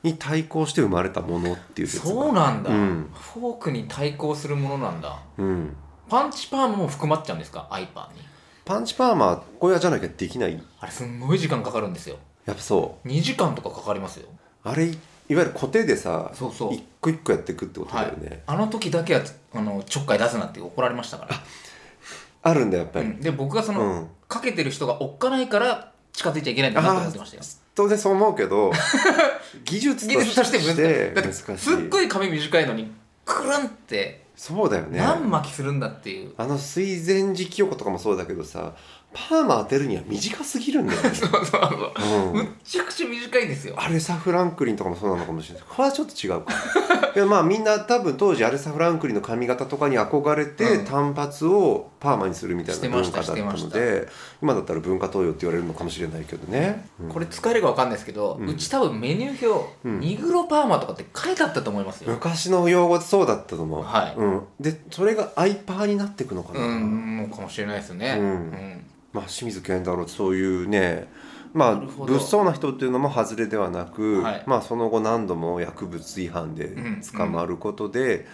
[SPEAKER 3] に対抗して生まれたものっていう説が
[SPEAKER 2] そうなんだ、
[SPEAKER 3] うん
[SPEAKER 2] フォークに対抗するものなんだ
[SPEAKER 3] うん、
[SPEAKER 2] パンチパーマも含まっちゃうんですかアイパーに
[SPEAKER 3] パンチパーマこうやじゃなきゃできない
[SPEAKER 2] あれすんごい時間かかるんですよ
[SPEAKER 3] やっぱそう
[SPEAKER 2] 2時間とかかかりますよ
[SPEAKER 3] あれいわゆるコテでさ
[SPEAKER 2] そうそう
[SPEAKER 3] 一個一個やっていくってこと
[SPEAKER 2] は
[SPEAKER 3] だ
[SPEAKER 2] い
[SPEAKER 3] よね、
[SPEAKER 2] あの時だけはあのちょっかい出すなって怒られましたから
[SPEAKER 3] あるんだやっぱ
[SPEAKER 2] う
[SPEAKER 3] り、
[SPEAKER 2] ん、で僕がその、
[SPEAKER 3] うん
[SPEAKER 2] かけてる人がおっかないから近づいちゃいけないんだなと思ってましたよ
[SPEAKER 3] 当然そう思うけど技
[SPEAKER 2] *laughs*
[SPEAKER 3] 術
[SPEAKER 2] 技
[SPEAKER 3] と
[SPEAKER 2] 術として難し
[SPEAKER 3] して
[SPEAKER 2] いだっ
[SPEAKER 3] 難
[SPEAKER 2] て
[SPEAKER 3] しい
[SPEAKER 2] すっごい髪短いのにクルンって
[SPEAKER 3] そうだよね
[SPEAKER 2] 何巻きするんだっていう、
[SPEAKER 3] あの水前寺清子とかもそうだけどさパーマ当てるには短すぎるんだよね、
[SPEAKER 2] *laughs* そうそうそう
[SPEAKER 3] う
[SPEAKER 2] むっ
[SPEAKER 3] ん、
[SPEAKER 2] ちゃくちゃ短いんですよ
[SPEAKER 3] アレサ・フランクリンとかもそうなのかもしれないこれはちょっと違うかいやまあみんな多分当時アレサ・フランクリンの髪型とかに憧れて、
[SPEAKER 2] うん
[SPEAKER 3] 単発をパーマにするみたい
[SPEAKER 2] して
[SPEAKER 3] な
[SPEAKER 2] ま
[SPEAKER 3] 文
[SPEAKER 2] し
[SPEAKER 3] 化
[SPEAKER 2] た
[SPEAKER 3] だった
[SPEAKER 2] し
[SPEAKER 3] の
[SPEAKER 2] て
[SPEAKER 3] で今だったら文化東洋って言われるのかもしれないけどね、うん
[SPEAKER 2] これ使えるか分かんないですけど、う
[SPEAKER 3] うん
[SPEAKER 2] ち多分メニュー表、
[SPEAKER 3] うん
[SPEAKER 2] ニグロパーマとかって書いてあったと思いますよ、
[SPEAKER 3] 昔の用語ってそうだったと思う、
[SPEAKER 2] はい
[SPEAKER 3] うん、でそれがアイパーになっていくのか
[SPEAKER 2] う
[SPEAKER 3] な、
[SPEAKER 2] ん、のかもしれないですね、
[SPEAKER 3] うんまあ、清水健太郎ってそういうねまあ
[SPEAKER 2] なるほど
[SPEAKER 3] 物騒な人っていうのも外れではなく、
[SPEAKER 2] はい
[SPEAKER 3] まあ、その後何度も薬物違反で
[SPEAKER 2] ん
[SPEAKER 3] 捕まることで、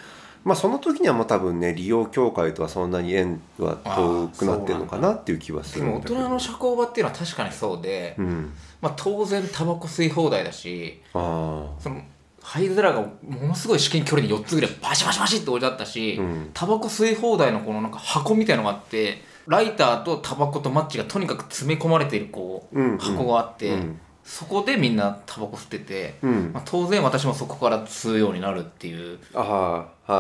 [SPEAKER 3] まあ、その時にはもう多分ね利用協会とはそんなに縁は遠くなってるのかなっていう気はす
[SPEAKER 2] で
[SPEAKER 3] る
[SPEAKER 2] も大
[SPEAKER 3] んだけ
[SPEAKER 2] 人
[SPEAKER 3] ど
[SPEAKER 2] の社交場っていうのは確かにそうで、
[SPEAKER 3] うん、
[SPEAKER 2] まあ、当然タバコ吸い放題だし
[SPEAKER 3] あ
[SPEAKER 2] その灰皿がものすごい至近距離に4つぐらいバシバシバシって置いてあったし、
[SPEAKER 3] うん
[SPEAKER 2] タバコ吸い放題のこのなんか箱みたいのがあってライターとタバコとマッチがとにかく詰め込まれているこう、
[SPEAKER 3] うんうん
[SPEAKER 2] 箱があっ
[SPEAKER 3] あ
[SPEAKER 2] て、そこでみんなタバコ吸ってて、
[SPEAKER 3] うん、うん
[SPEAKER 2] まあ、当然私もそこから吸うようになるっていう *laughs*
[SPEAKER 3] ああは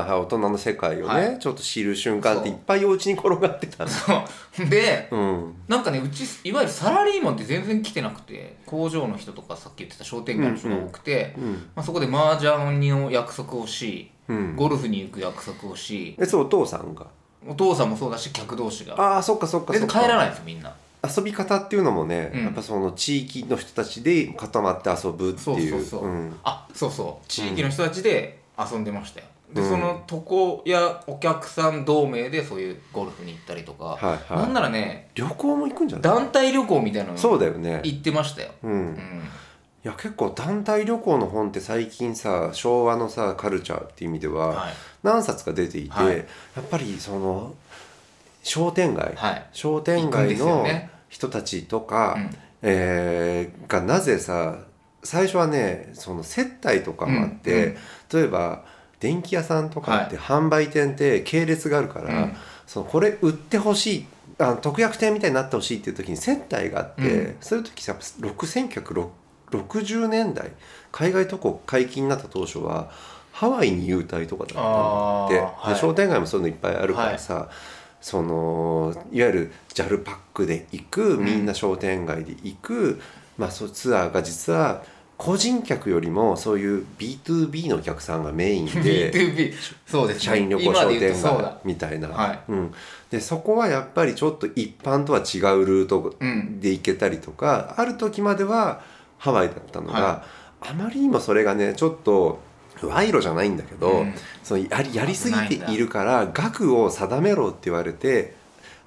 [SPEAKER 3] いはい大人の世界をね、
[SPEAKER 2] はい
[SPEAKER 3] ちょっと知る瞬間っていっぱいお家に転がってたね
[SPEAKER 2] そうで
[SPEAKER 3] うん
[SPEAKER 2] なんかねうちいわゆるサラリーマンって全然来てなくて工場の人とかさっき言ってた商店街の人が多くて、
[SPEAKER 3] うん
[SPEAKER 2] まあ、そこで麻雀の約束をし
[SPEAKER 3] うん
[SPEAKER 2] ゴルフに行く約束をし
[SPEAKER 3] えそうお父さんが
[SPEAKER 2] お父さんもそうだし客同士が
[SPEAKER 3] ああそっかそっかそ
[SPEAKER 2] 全
[SPEAKER 3] っ
[SPEAKER 2] 然
[SPEAKER 3] か
[SPEAKER 2] 帰らないんですよみんな
[SPEAKER 3] 遊び方っていうのもね、
[SPEAKER 2] うん
[SPEAKER 3] やっぱその地域の人たちで固まって遊ぶって
[SPEAKER 2] そう
[SPEAKER 3] い
[SPEAKER 2] そううそう、
[SPEAKER 3] うん
[SPEAKER 2] あそうそう地域の人たちで遊んでましたよ、で
[SPEAKER 3] うん
[SPEAKER 2] その床やお客さん同盟でそういうゴルフに行ったりとか、
[SPEAKER 3] はい
[SPEAKER 2] なん
[SPEAKER 3] は
[SPEAKER 2] ならね
[SPEAKER 3] い旅行も行くんじゃない
[SPEAKER 2] 団体旅行みたいなの
[SPEAKER 3] そう
[SPEAKER 2] に
[SPEAKER 3] だよね
[SPEAKER 2] 行ってましたよ、
[SPEAKER 3] うん、
[SPEAKER 2] う
[SPEAKER 3] い
[SPEAKER 2] ん、
[SPEAKER 3] や結構団体旅行の本って最近さ昭和のさカルチャーっていう意味では
[SPEAKER 2] はい
[SPEAKER 3] 何冊か出ていて、
[SPEAKER 2] はい
[SPEAKER 3] やっぱりその商店街、
[SPEAKER 2] はい
[SPEAKER 3] 商店
[SPEAKER 2] 行くんで
[SPEAKER 3] 街
[SPEAKER 2] すよ
[SPEAKER 3] の
[SPEAKER 2] ね
[SPEAKER 3] 人たちとか、
[SPEAKER 2] うん
[SPEAKER 3] えーがなぜさ最初はねその接待とかもあって、
[SPEAKER 2] うん
[SPEAKER 3] 例えば電気屋さんとかって販売店って系列があるから、
[SPEAKER 2] うん
[SPEAKER 3] そのこれ売ってほしいあの特約店みたいになってほしいっていう時に接待があって、
[SPEAKER 5] うん
[SPEAKER 3] そういう時さ1960年代海外渡航解禁になった当初はハワイに優待とかだったんだって、
[SPEAKER 5] あー
[SPEAKER 3] で
[SPEAKER 5] はい
[SPEAKER 3] 商店街もそういうのいっぱいあるからさ、そのいわゆる JAL パックで行くみんな商店街で行く、まあ、そうツアーが実は個人客よりもそういう B2B のお客さんがメインで。
[SPEAKER 5] B2B そうですね
[SPEAKER 3] 社員旅行
[SPEAKER 5] 今
[SPEAKER 3] 商
[SPEAKER 5] で言うと
[SPEAKER 3] 店
[SPEAKER 5] そうだ
[SPEAKER 3] 街みたいな、
[SPEAKER 5] は
[SPEAKER 3] うん、でそこはやっぱりちょっと一般とは違うルート
[SPEAKER 5] うん
[SPEAKER 3] で行けたりとか、ある時まではハワイだったのが、
[SPEAKER 5] は
[SPEAKER 3] あまりにもそれがねちょっと賄賂じゃないんだけど、
[SPEAKER 5] うん
[SPEAKER 3] そのやりやりすぎているから額を定めろって言われて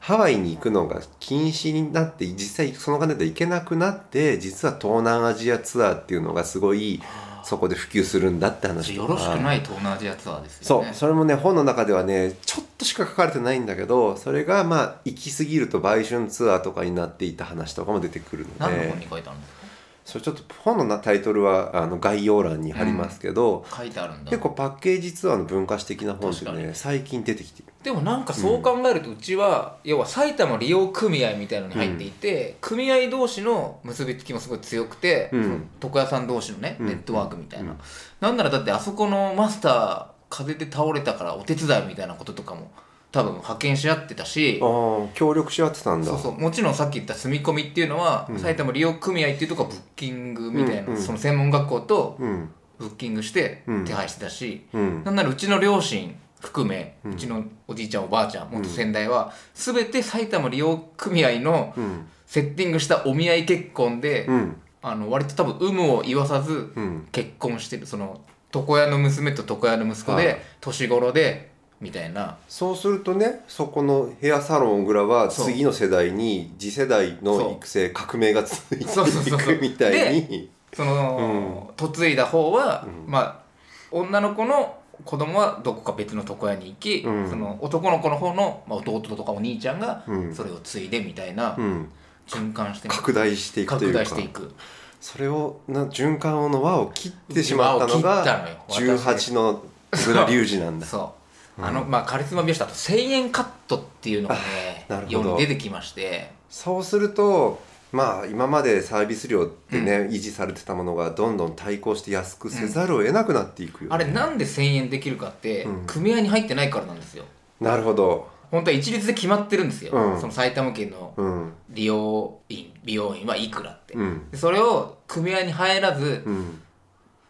[SPEAKER 3] ハワイに行くのが禁止になって実際その金で行けなくなって実は東南アジアツアーっていうのがすごいそこで普及するんだって話と
[SPEAKER 5] よろしくない東南アジアツアーですよ
[SPEAKER 3] そ
[SPEAKER 5] ね
[SPEAKER 3] うそれもね本の中ではねちょっとしか書かれてないんだけどそれがまあ行き過ぎると売春ツアーとかになっていた話とかも出てくるの
[SPEAKER 5] 何の
[SPEAKER 3] で
[SPEAKER 5] 本に書いてあるんです
[SPEAKER 3] それちょっと本のなタイトルはあの概要欄に貼りますけど、
[SPEAKER 5] か書いてあるんだ
[SPEAKER 3] 結構パッケージツアーの文化史的な本で
[SPEAKER 5] 確か
[SPEAKER 3] ね最近出てきてる
[SPEAKER 2] でもなんかそう考えるとうちは、要は埼玉利用組合みたいなのに入っていて、組合同士の結びつきもすごい強くて、
[SPEAKER 3] うん
[SPEAKER 2] その床屋さん同士のね、
[SPEAKER 3] うん
[SPEAKER 2] ネットワークみたいな、
[SPEAKER 3] うん
[SPEAKER 2] なんならだってあそこのマスター風で倒れたからお手伝いみたいなこととかも多分派遣し合ってたし
[SPEAKER 3] ああ協力し合ってたんだ
[SPEAKER 2] そうそうもちろんさっき言った住み込みっていうのは、
[SPEAKER 3] うん
[SPEAKER 2] 埼玉利用組合っていうとこはブッキングみたいな、
[SPEAKER 3] うんうん
[SPEAKER 2] その専門学校と
[SPEAKER 3] うん
[SPEAKER 2] ブッキングして
[SPEAKER 3] うん
[SPEAKER 2] 手配してたし、
[SPEAKER 3] うん
[SPEAKER 2] なんならうちの両親含め、
[SPEAKER 3] う
[SPEAKER 2] うんちのおじいちゃんおばあちゃん
[SPEAKER 3] うん
[SPEAKER 2] 元先代は、全て埼玉利用組合の
[SPEAKER 3] うん
[SPEAKER 2] セッティングしたお見合い結婚で、
[SPEAKER 3] うん
[SPEAKER 2] あの割と多分有無を言わさず
[SPEAKER 3] うん
[SPEAKER 2] 結婚してるその床屋の娘と床屋の息子で、
[SPEAKER 3] はい
[SPEAKER 2] 年頃でみたいな
[SPEAKER 3] そうするとねそこのヘアサロンぐらは
[SPEAKER 2] そう
[SPEAKER 3] 次の世代に次世代の育成革命が続いて
[SPEAKER 2] そうそうそうそう
[SPEAKER 3] いくみたいに
[SPEAKER 2] その、嫁いだ方は、
[SPEAKER 3] うん
[SPEAKER 2] まあ女の子の子供はどこか別の床屋に行き、
[SPEAKER 3] うん
[SPEAKER 2] その男の子の方の、まあ、弟とかお兄ちゃんが
[SPEAKER 3] うん
[SPEAKER 2] それを継いでみたいな
[SPEAKER 3] うん
[SPEAKER 2] 循環してみたいな
[SPEAKER 3] 拡大していくとい
[SPEAKER 2] 拡
[SPEAKER 3] うか
[SPEAKER 2] 大していく
[SPEAKER 3] それをな循環の輪を切ってしまったのが
[SPEAKER 2] 輪を切ったのよ私
[SPEAKER 3] 18の小倉隆二なんだ
[SPEAKER 2] そう、あのまあカリスマ美容師だと1000円カットっていうのがね
[SPEAKER 3] あなるほど
[SPEAKER 2] 世に出てきまして
[SPEAKER 3] そうするとまあ今までサービス料ってね、維持されてたものがどんどん対抗して安くせざるを得なくなっていくよね、
[SPEAKER 2] あれなんで1000円できるかって、
[SPEAKER 3] うん
[SPEAKER 2] 組合に入ってないからなんですよ
[SPEAKER 3] なるほど
[SPEAKER 2] 本当は一律で決まってるんですよ、
[SPEAKER 3] うん
[SPEAKER 2] その埼玉県の
[SPEAKER 3] うん
[SPEAKER 2] 利用員美容院はいくらって、
[SPEAKER 3] うん
[SPEAKER 2] でそれを組合に入らず、
[SPEAKER 3] うん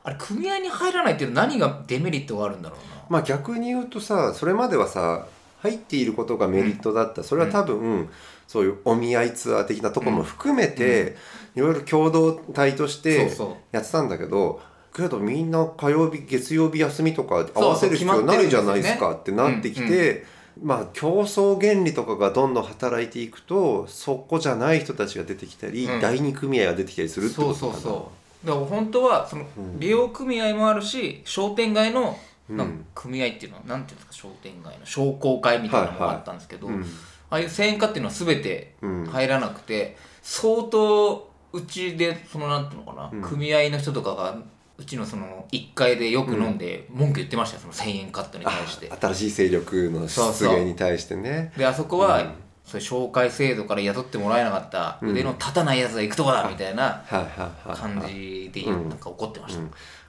[SPEAKER 2] あれ組合に入らないっていうのは何がデメリットがあるんだろうな
[SPEAKER 3] まあ逆に言うとさそれまではさ入っていることがメリットだった、それは多分、そういうお見合いツアー的なとこも含めて、いろいろ共同体として
[SPEAKER 2] そうそう
[SPEAKER 3] やってたんだけどけどみんな火曜日月曜日休みとか
[SPEAKER 2] そう
[SPEAKER 3] 合わせる必要ないじゃないです
[SPEAKER 2] 決ま
[SPEAKER 3] かってなってきて。まあ、競争原理とかがどんどん働いていくとそこじゃない人たちが出てきたり、
[SPEAKER 2] うん
[SPEAKER 3] 第二組合が出てきたりするって
[SPEAKER 2] そ
[SPEAKER 3] こ
[SPEAKER 2] う
[SPEAKER 3] と
[SPEAKER 2] そう
[SPEAKER 3] かな
[SPEAKER 2] そうだから本当はその
[SPEAKER 3] うん
[SPEAKER 2] 利用組合もあるし商店街の
[SPEAKER 3] うん
[SPEAKER 2] なんか組合っていうのはなんていうんですか商店街の商工会みたいなのもあったんですけど、
[SPEAKER 3] うん
[SPEAKER 2] ああいう1000円化っていうのは全て
[SPEAKER 3] うん
[SPEAKER 2] 入らなくて相当うちでそのなんていうのかな、
[SPEAKER 3] うん
[SPEAKER 2] 組合の人とかがうちのその1階でよく飲んで文句言ってましたよその1000円カットに対して
[SPEAKER 3] あ新しい勢力の出現に対してね
[SPEAKER 2] であそこ
[SPEAKER 3] うん
[SPEAKER 2] は、そういう紹介制度から雇ってもらえなかった腕の立たないやつが行くとこだみたいな
[SPEAKER 3] はいはいはい
[SPEAKER 2] 感じでなんか怒ってまし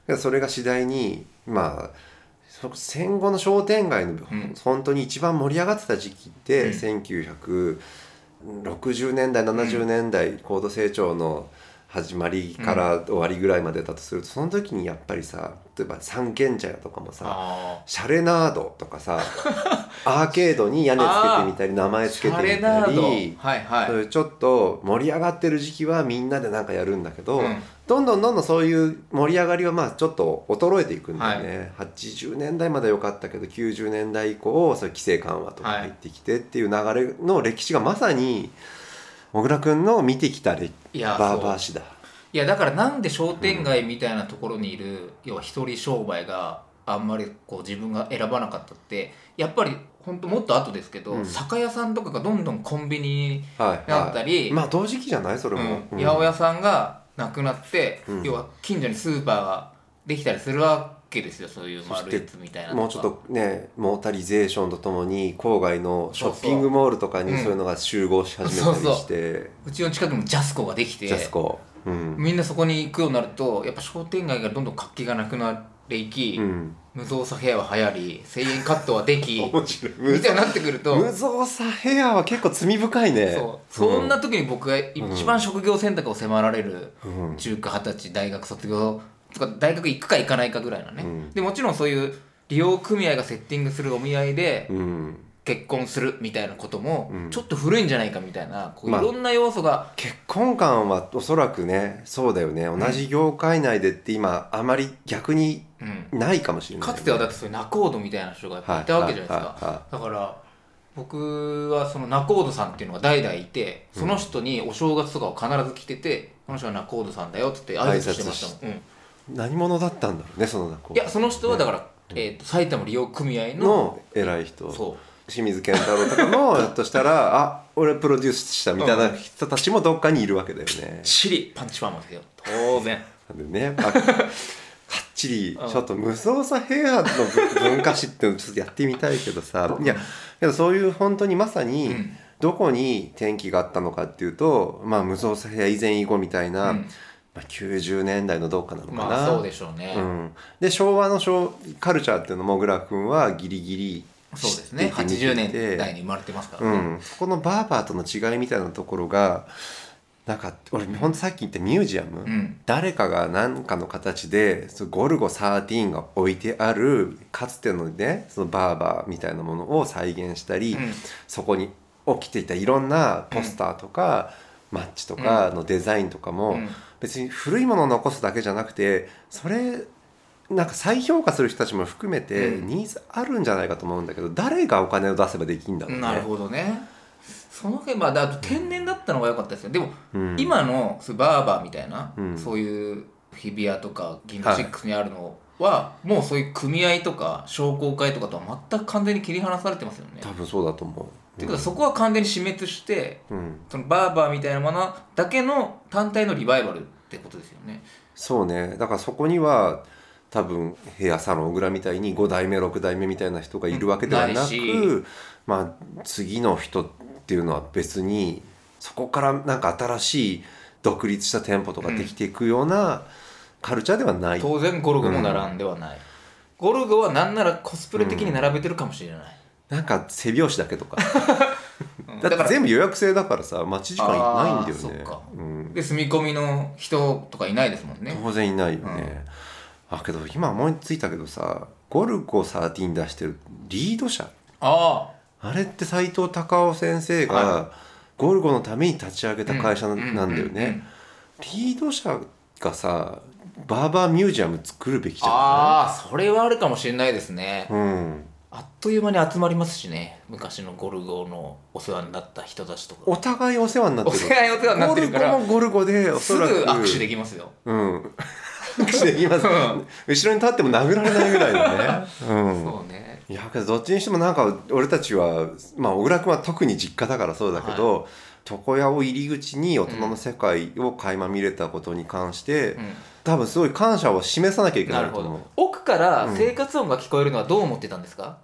[SPEAKER 2] た、
[SPEAKER 3] うん、それが次第にまあそ戦後の商店街の、
[SPEAKER 2] ん
[SPEAKER 3] 本当に一番盛り上がってた時期って、
[SPEAKER 2] うん
[SPEAKER 3] 1960年代70年代、高度成長の始まりから終わりぐらいまでだとすると、その時にやっぱりさ例えば三軒茶屋とかもさ
[SPEAKER 2] あ
[SPEAKER 3] シャレナードとか
[SPEAKER 2] *laughs*
[SPEAKER 3] さアーケードに屋根つけてみたり名前
[SPEAKER 2] あ
[SPEAKER 3] つけ
[SPEAKER 2] シ
[SPEAKER 3] て
[SPEAKER 2] ャ
[SPEAKER 3] み
[SPEAKER 2] レナ
[SPEAKER 3] た
[SPEAKER 2] ード
[SPEAKER 3] り
[SPEAKER 2] はいはい
[SPEAKER 3] そういうちょっと盛り上がってる時期はみんなでなんかやるんだけど、
[SPEAKER 2] うん
[SPEAKER 3] どんどんどんどんそういう盛り上がりはまあちょっと衰えていくんだよね、80年代までは良かったけど90年代以降そういう規制緩和とか入ってきてっていう流れの歴史がまさに小倉君の見てきたれ
[SPEAKER 2] いや
[SPEAKER 3] バ
[SPEAKER 2] そ
[SPEAKER 3] ー
[SPEAKER 2] う
[SPEAKER 3] バー史だ。
[SPEAKER 2] いやだからなんで商店街みたいなところにいる、要は一人商売があんまりこう自分が選ばなかったってやっぱり本当もっと後ですけど、
[SPEAKER 3] うん
[SPEAKER 2] 酒屋さんとかがどんどんコンビニ
[SPEAKER 3] はい
[SPEAKER 2] だった
[SPEAKER 3] は
[SPEAKER 2] り、
[SPEAKER 3] い、まあ同時期じゃないそれ
[SPEAKER 2] う
[SPEAKER 3] も
[SPEAKER 2] ん、、
[SPEAKER 3] うん
[SPEAKER 2] 八百屋さんがなくなって、
[SPEAKER 3] うん
[SPEAKER 2] 要は近所にスーパーができたりするわ
[SPEAKER 6] けですよそういう
[SPEAKER 3] そし
[SPEAKER 6] 丸
[SPEAKER 3] て
[SPEAKER 6] いやつみたいなのが
[SPEAKER 3] もうちょっとねモータリゼーションとともに郊外のショッピングモールとかに
[SPEAKER 2] そうそう
[SPEAKER 3] そういうのが集合し始めたりして、
[SPEAKER 2] うちの近くにもジャスコができて
[SPEAKER 3] ジャスコ、うん
[SPEAKER 2] みんなそこに行くようになるとやっぱ商店街がどんどん活気がなくなっていき、
[SPEAKER 3] うん、
[SPEAKER 2] 無造作ヘアは流行り1000円カットはでき
[SPEAKER 3] *laughs* 面白い
[SPEAKER 2] *laughs* み
[SPEAKER 3] 無
[SPEAKER 2] たいになってくると
[SPEAKER 3] 無造作ヘアは結構罪深いね
[SPEAKER 2] そうそんな時に僕が一番職業選択を迫られる
[SPEAKER 3] うん、うん
[SPEAKER 2] 中華二十歳大学卒業とか大学行くか行かないかぐらいのね、
[SPEAKER 3] うん
[SPEAKER 2] でもちろんそういう利用組合がセッティングするお見合いで
[SPEAKER 3] うん
[SPEAKER 2] 結婚するみたいなことも
[SPEAKER 3] うん
[SPEAKER 2] ちょっと古いんじゃないかみたいなこうい
[SPEAKER 3] まあ
[SPEAKER 2] ろんな要素が、
[SPEAKER 3] 結婚観はおそらくねそうだよね同じ業界内でって今あまり逆に
[SPEAKER 2] うん、
[SPEAKER 3] ないかもしれない、
[SPEAKER 2] かつてはだってそういう仲人みたいな人がやっぱいたわけじゃないですか、
[SPEAKER 3] か
[SPEAKER 2] だから僕はその仲人さんっていうのが代々いてその人にお正月とかを必ず来てて、この人は仲人さんだよって言って挨拶してましたもん、うん
[SPEAKER 3] 何者だったんだろうねその中
[SPEAKER 2] いやその人はだから、えー、と埼玉利用組合の
[SPEAKER 3] の偉い人
[SPEAKER 2] そ
[SPEAKER 3] 清水健太郎とかのひょっとしたらあ俺プロデュースしたみたいな人たちもどっかにいるわけだよね
[SPEAKER 2] う。チリパンチパーマですよ *laughs* 当然
[SPEAKER 3] なんでねあ *laughs* かっちりちょっと無造作ヘアのぶ文化史っていうのちょっとやってみたいけどさいやけどそういう本当にまさに、
[SPEAKER 2] うん
[SPEAKER 3] どこに転機があったのかっていうと、まあ、無造作ヘア以前以後みたいな、
[SPEAKER 2] うん
[SPEAKER 3] まあ、90年代のどっかなのかな、
[SPEAKER 2] まあそうでしょうね、
[SPEAKER 3] うん、で昭和の昭カルチャーっていうのも小倉君はギリギリ
[SPEAKER 2] そうですね
[SPEAKER 3] 知っていて
[SPEAKER 2] 80
[SPEAKER 3] 見ていて
[SPEAKER 2] 年代に生まれてますから
[SPEAKER 3] う
[SPEAKER 2] ね、
[SPEAKER 3] ん、そこのバーバーとの違いみたいなところがなんか俺ほんとさっき言ったミュージアム、
[SPEAKER 2] ん
[SPEAKER 3] 誰かが何かの形でそのゴルゴ13が置いてあるかつてのねそのバーバーみたいなものを再現したり、
[SPEAKER 2] うん
[SPEAKER 3] そこに起きていたいろんなポスターとか、マッチとかのデザインとかも、
[SPEAKER 2] うん
[SPEAKER 3] 別に古いものを残すだけじゃなくてそれなんか再評価する人たちも含めて
[SPEAKER 2] うん
[SPEAKER 3] ニーズあるんじゃないかと思うんだけど、誰がお金を出せばできるんだろうね。
[SPEAKER 2] なるほどねその辺まあだから天然だったのが良かったですよでも、
[SPEAKER 3] うん
[SPEAKER 2] 今のそういうバーバーみたいな、
[SPEAKER 3] うん
[SPEAKER 2] そういう日比谷とか銀座シックスにあるのは、もうそういう組合とか商工会とかとは全く完全に切り離されてますよね。
[SPEAKER 3] 多分そうだと思う。
[SPEAKER 2] っていうことはそこは完全に死滅して
[SPEAKER 3] うん、
[SPEAKER 2] そのバーバーみたいなものだけの単体のリバイバルってことですよね。
[SPEAKER 3] そうねだからそこには多分ヘアサロン小倉みたいに5代目6代目みたいな人がいるわけでは
[SPEAKER 2] な
[SPEAKER 3] ない
[SPEAKER 2] し
[SPEAKER 3] く、まあ、次の人っていうのは別にそこからなんか新しい独立した店舗とかできていくようなカルチャーではない、
[SPEAKER 2] 当然ゴルゴも並んではない、ゴルゴはなんならコスプレ的に並べてるかもしれない、
[SPEAKER 3] なんか背拍子だけ
[SPEAKER 2] *laughs*
[SPEAKER 3] とか
[SPEAKER 2] うん
[SPEAKER 3] だって全部予約制だからさ待ち時間ないんだよね
[SPEAKER 2] あーそっか
[SPEAKER 3] うん、
[SPEAKER 2] で住み込みの人とかいないですもんね
[SPEAKER 3] 当然いないよね、あけど今思いついたけどさゴルゴ13出してるリード社
[SPEAKER 2] あ
[SPEAKER 3] あれって斎藤隆夫先生
[SPEAKER 2] は
[SPEAKER 3] がゴルゴのために立ち上げ
[SPEAKER 2] あ
[SPEAKER 3] た会社ななんだよ
[SPEAKER 2] うんうん
[SPEAKER 3] ね。リード社がさバーバーミュージアム作るべきじゃ
[SPEAKER 2] ああそれはあるかもしれないですね、
[SPEAKER 3] ないうん、
[SPEAKER 2] あっという間に集まりますしね昔のゴルゴのお世話になった人たちとか
[SPEAKER 3] お互いお世話になって
[SPEAKER 2] お
[SPEAKER 3] る
[SPEAKER 2] 世話にお世話になってるから
[SPEAKER 3] ゴルゴもゴルゴでお
[SPEAKER 2] す
[SPEAKER 3] そ
[SPEAKER 2] ぐ
[SPEAKER 3] らく
[SPEAKER 2] 握手できますよ
[SPEAKER 3] うん、握手できます、
[SPEAKER 2] うん
[SPEAKER 3] 後ろに立っても殴られないぐらいの
[SPEAKER 2] *laughs*
[SPEAKER 3] ね、うん、
[SPEAKER 2] そうね
[SPEAKER 3] いやけどどっちにしてもなんか俺たちはまあ小倉君は特に実家だからそうだけど、床屋を入り口に大人の世界を垣間見れたことに関して、
[SPEAKER 2] う
[SPEAKER 3] 多分すごい感謝を示さなきゃいけ
[SPEAKER 2] ん、な
[SPEAKER 3] な
[SPEAKER 2] る
[SPEAKER 3] いと
[SPEAKER 2] ほ
[SPEAKER 3] 思う
[SPEAKER 2] ど奥から生活音が聞こえるのはどう思ってたんですか、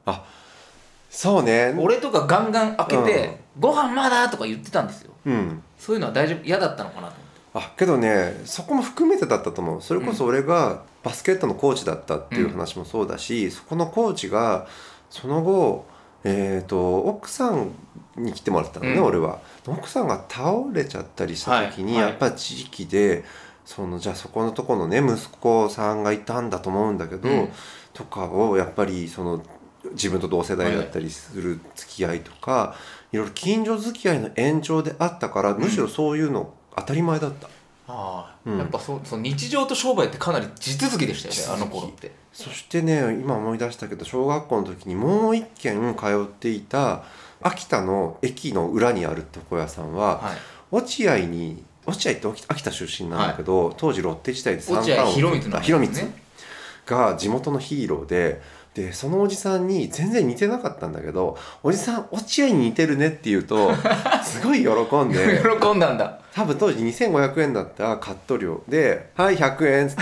[SPEAKER 3] そうね
[SPEAKER 2] 俺とかガンガン開けて「ご飯まだ!」とか言ってたんですよ
[SPEAKER 3] うん
[SPEAKER 2] そういうのは大丈夫嫌だったのかなと思って
[SPEAKER 3] あけどねそこも含めてだったと思うそれこそ俺がバスケットのコーチだったっていう話もそうだし、そこのコーチがその後えー、と奥さんに来てもらったのね、
[SPEAKER 2] うん
[SPEAKER 3] 俺は奥さんが倒れちゃったりした時に、
[SPEAKER 2] はいはい
[SPEAKER 3] やっぱ地域でそのじゃあそこのとこのね息子さんがいたんだと思うんだけど、
[SPEAKER 2] うん
[SPEAKER 3] とかをやっぱりその自分と同世代だったりする付き合いとか、いろいろ近所付き合いの延長であったからむしろそういうの当たり前だった、
[SPEAKER 2] ああ、
[SPEAKER 3] うん
[SPEAKER 2] やっぱそうその日常と商売ってかなり地続きでしたよねあの頃って
[SPEAKER 3] そしてね今思い出したけど小学校の時にもう一軒通っていた秋田の駅の裏にある床屋さんは、
[SPEAKER 2] はい
[SPEAKER 3] 落合に落合って秋田秋田出身なんだけど、当時ロッテ時代で
[SPEAKER 2] 落合博光の話
[SPEAKER 3] 広
[SPEAKER 2] です
[SPEAKER 3] 光
[SPEAKER 2] ね
[SPEAKER 3] が地元のヒーローででそのおじさんに全然似てなかったんだけど「おじさん落合に似てるね」って言
[SPEAKER 2] *laughs*
[SPEAKER 3] うとすごい喜んで
[SPEAKER 2] 喜んだんだ
[SPEAKER 3] 多分当時2500円だったカット料で「はい100円」っつって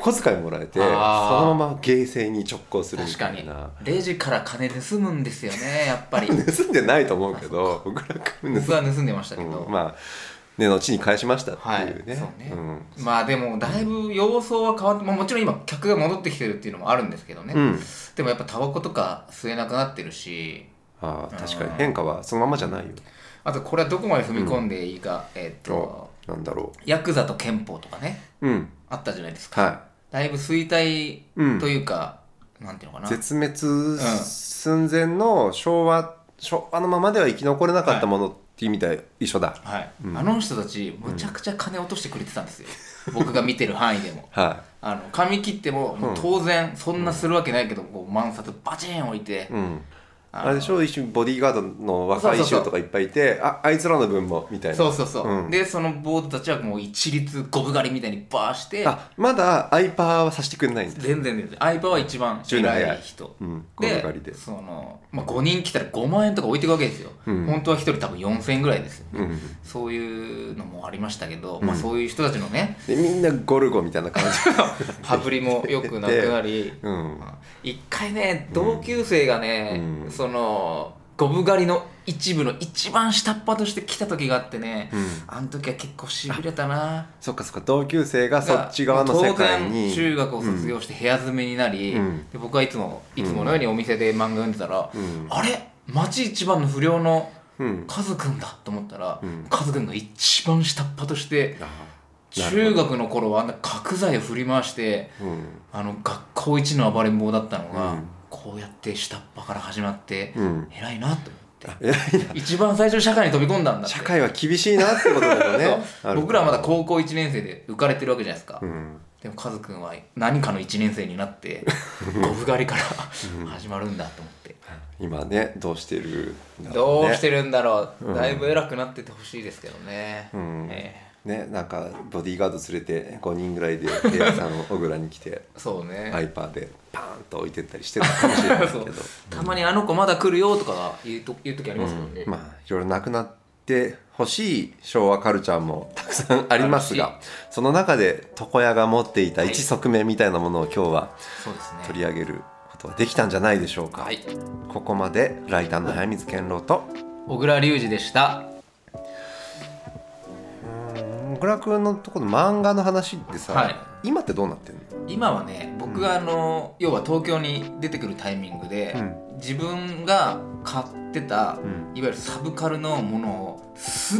[SPEAKER 3] こ小遣いもらえてその
[SPEAKER 1] あー
[SPEAKER 3] ままゲーセンに直行するみたいな
[SPEAKER 2] レジから金盗むんですよねやっ *laughs* ぱり
[SPEAKER 3] 盗んでないと思うけど僕ら君盗ん
[SPEAKER 2] 僕は盗んでましたけど、
[SPEAKER 3] うんまあね後に返しましたっていう
[SPEAKER 2] は
[SPEAKER 3] ね,、
[SPEAKER 2] いそうね
[SPEAKER 3] ん
[SPEAKER 2] まあでもだいぶ様相は変わって、まあ、もちろん今客が戻ってきてるっていうのもあるんですけどね、
[SPEAKER 3] うん、
[SPEAKER 2] でもやっぱタバコとか吸えなくなってるし
[SPEAKER 3] あー確かに変化はそのままじゃないよ
[SPEAKER 2] あとこれはどこまで踏み込んでいいか、えーっと
[SPEAKER 3] あなんだろ
[SPEAKER 2] ヤクザと憲法とかね
[SPEAKER 3] ううん
[SPEAKER 2] あったじゃないですか
[SPEAKER 3] は
[SPEAKER 2] だいぶ衰退
[SPEAKER 3] い、うん
[SPEAKER 2] と、いうか、なんていうのかな
[SPEAKER 3] 絶滅寸前の昭和、昭和のままでは生き残れなかったものっていう意味では一緒だ
[SPEAKER 2] はい、
[SPEAKER 3] うん
[SPEAKER 2] あの人たちむちゃくちゃ金落としてくれてたんですよ、僕が見てる範囲でも
[SPEAKER 3] は
[SPEAKER 2] あの髪切ってももう当然そんなするわけないけど、こう万札バチーン置いて
[SPEAKER 3] い、うん
[SPEAKER 2] あ
[SPEAKER 3] あれでしょ一緒にボディーガードの若い
[SPEAKER 2] そうそう
[SPEAKER 3] 衆
[SPEAKER 2] そう
[SPEAKER 3] とかいっぱいいてああいつらの分もみたいな
[SPEAKER 2] そうそうそう、
[SPEAKER 3] ん
[SPEAKER 2] でその坊主たちはもう一律ゴブ狩りみたいにバーして
[SPEAKER 3] あまだアイパーはさせてくれないんだ
[SPEAKER 2] 全然全然相場は一番
[SPEAKER 3] 10年
[SPEAKER 2] 偉
[SPEAKER 3] 早
[SPEAKER 2] い
[SPEAKER 3] い
[SPEAKER 2] 人
[SPEAKER 3] うんゴブ
[SPEAKER 2] で
[SPEAKER 3] 狩りで
[SPEAKER 2] その、まあ、5人来たら5万円とか置いていくわけですよ、
[SPEAKER 3] うん
[SPEAKER 2] 本当は1人多分4000円ぐらいですよ、
[SPEAKER 3] うん
[SPEAKER 2] そういうのもありましたけど、
[SPEAKER 3] ん
[SPEAKER 2] まあ、そういう人たちの
[SPEAKER 3] *laughs*
[SPEAKER 2] ね
[SPEAKER 3] でみんなゴルゴみたいな感じ
[SPEAKER 2] *laughs* 羽振りも良くなくなり
[SPEAKER 3] うん
[SPEAKER 2] 一回ね同級生がね、
[SPEAKER 3] うん
[SPEAKER 2] そのゴブ狩りの一部の一番下っ端として来た時があってね、
[SPEAKER 3] うん
[SPEAKER 2] あの時は結構しびれたな
[SPEAKER 3] そっかそっか同級生がそっち側の世界
[SPEAKER 2] 当
[SPEAKER 3] に
[SPEAKER 2] 然中学を卒業して部屋住みになり、
[SPEAKER 3] うん
[SPEAKER 2] で僕はいつもいつものようにお店で漫画読んでたら、
[SPEAKER 3] うん
[SPEAKER 2] あれ町一番の不良の
[SPEAKER 3] うん
[SPEAKER 2] カズくんだと思ったら、
[SPEAKER 3] うん
[SPEAKER 2] カズくんが一番下っ端として
[SPEAKER 3] なるほど
[SPEAKER 2] 中学の頃はあんな角材を振り回して
[SPEAKER 3] うん
[SPEAKER 2] あの学校一の暴れん坊だったのが、
[SPEAKER 3] うん
[SPEAKER 2] こうやって下っ端から始まって、
[SPEAKER 3] うん
[SPEAKER 2] 偉いなと思って
[SPEAKER 3] いやいや
[SPEAKER 2] 一番最初に社会に飛び込んだんだって
[SPEAKER 3] 社会は厳しいなってことだ
[SPEAKER 2] *laughs*
[SPEAKER 3] よねある
[SPEAKER 2] 僕らはまだ高校1年生で浮かれてるわけじゃないですか、
[SPEAKER 3] うん
[SPEAKER 2] でもカズくんは何かの1年生になって
[SPEAKER 3] *laughs*
[SPEAKER 2] ゴフ狩りから始まるんだと思って、
[SPEAKER 3] 今ねどうしてるんだろ
[SPEAKER 2] ど
[SPEAKER 3] ね
[SPEAKER 2] うしてるんだろう、
[SPEAKER 3] うん
[SPEAKER 2] だいぶ偉くなっててほしいですけどね、
[SPEAKER 3] うん
[SPEAKER 2] え
[SPEAKER 3] ねなんかボディーガード連れて5人ぐらいで平野さんを小倉に来て
[SPEAKER 2] えそうね、
[SPEAKER 3] ハイパーでパーンと置いてったりしてるかもしれないけ
[SPEAKER 2] *laughs* そ
[SPEAKER 3] ど
[SPEAKER 2] うたまにあの子まだ来るよとか言うと言う時ありますけどね、
[SPEAKER 3] うんまあいろいろなくなってほしい昭和カルチャーもたくさんあります
[SPEAKER 2] あ
[SPEAKER 3] がその中で床屋が持っていた一側面みたいなものを今日は
[SPEAKER 2] そうですね
[SPEAKER 3] 取り上げることはできたんじゃないでしょうか、
[SPEAKER 2] はい
[SPEAKER 3] ここまでライターの早水健郎と
[SPEAKER 2] 小倉隆二でした
[SPEAKER 3] 小倉君のところの漫画の話ってさ、
[SPEAKER 2] はい
[SPEAKER 3] 今ってどうなってんの
[SPEAKER 2] 今はね僕があの、要は東京に出てくるタイミングで、
[SPEAKER 3] う
[SPEAKER 2] 自分が買ってた、
[SPEAKER 3] ん
[SPEAKER 2] いわゆるサブカルのものを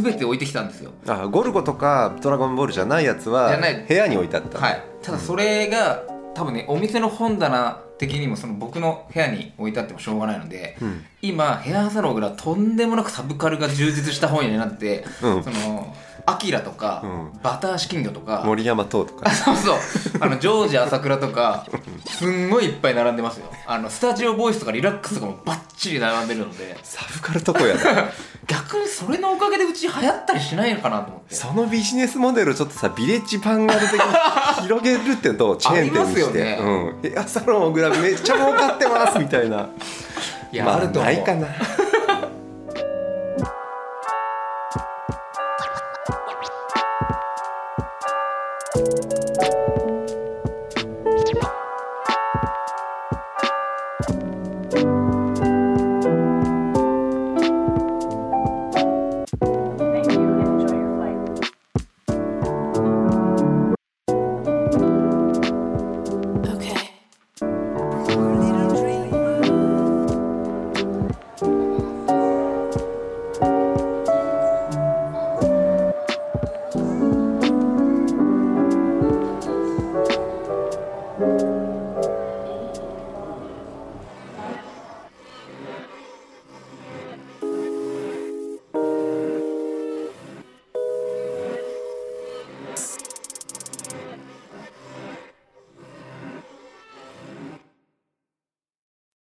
[SPEAKER 2] 全て置いてきたんですよ
[SPEAKER 3] あゴルゴとか「ドラゴンボール」じゃないやつは
[SPEAKER 2] じゃない
[SPEAKER 3] 部屋に置いてあったの
[SPEAKER 2] はいただそれが多分ねお店の本棚的にもその僕の部屋に置いてあってもしょうがないので
[SPEAKER 3] うん
[SPEAKER 2] 今ヘアサロンがとんでもなくサブカルが充実した本屋になってて、
[SPEAKER 3] うん
[SPEAKER 2] そのアキラとか、
[SPEAKER 3] う
[SPEAKER 2] バター式金魚とか
[SPEAKER 3] 森山塔と
[SPEAKER 2] *laughs*
[SPEAKER 3] か
[SPEAKER 2] そうそうあのジョージ朝倉とかすんごいいっぱい並んでますよあのスタジオボイスとかリラックスとかもバッチリ並んでるので
[SPEAKER 3] サブカルとこやだ
[SPEAKER 2] 逆にそれのおかげでうち流行ったりしないのかなと思って
[SPEAKER 3] そのビジネスモデルをちょっとさビレッジバンガル的に広げるってどうチェーン店にして、
[SPEAKER 2] あります
[SPEAKER 3] うん、ヘアサロン小倉めっちゃ儲かってますみたいな
[SPEAKER 2] いや、
[SPEAKER 3] ま
[SPEAKER 2] あ、ると思う
[SPEAKER 3] ないかな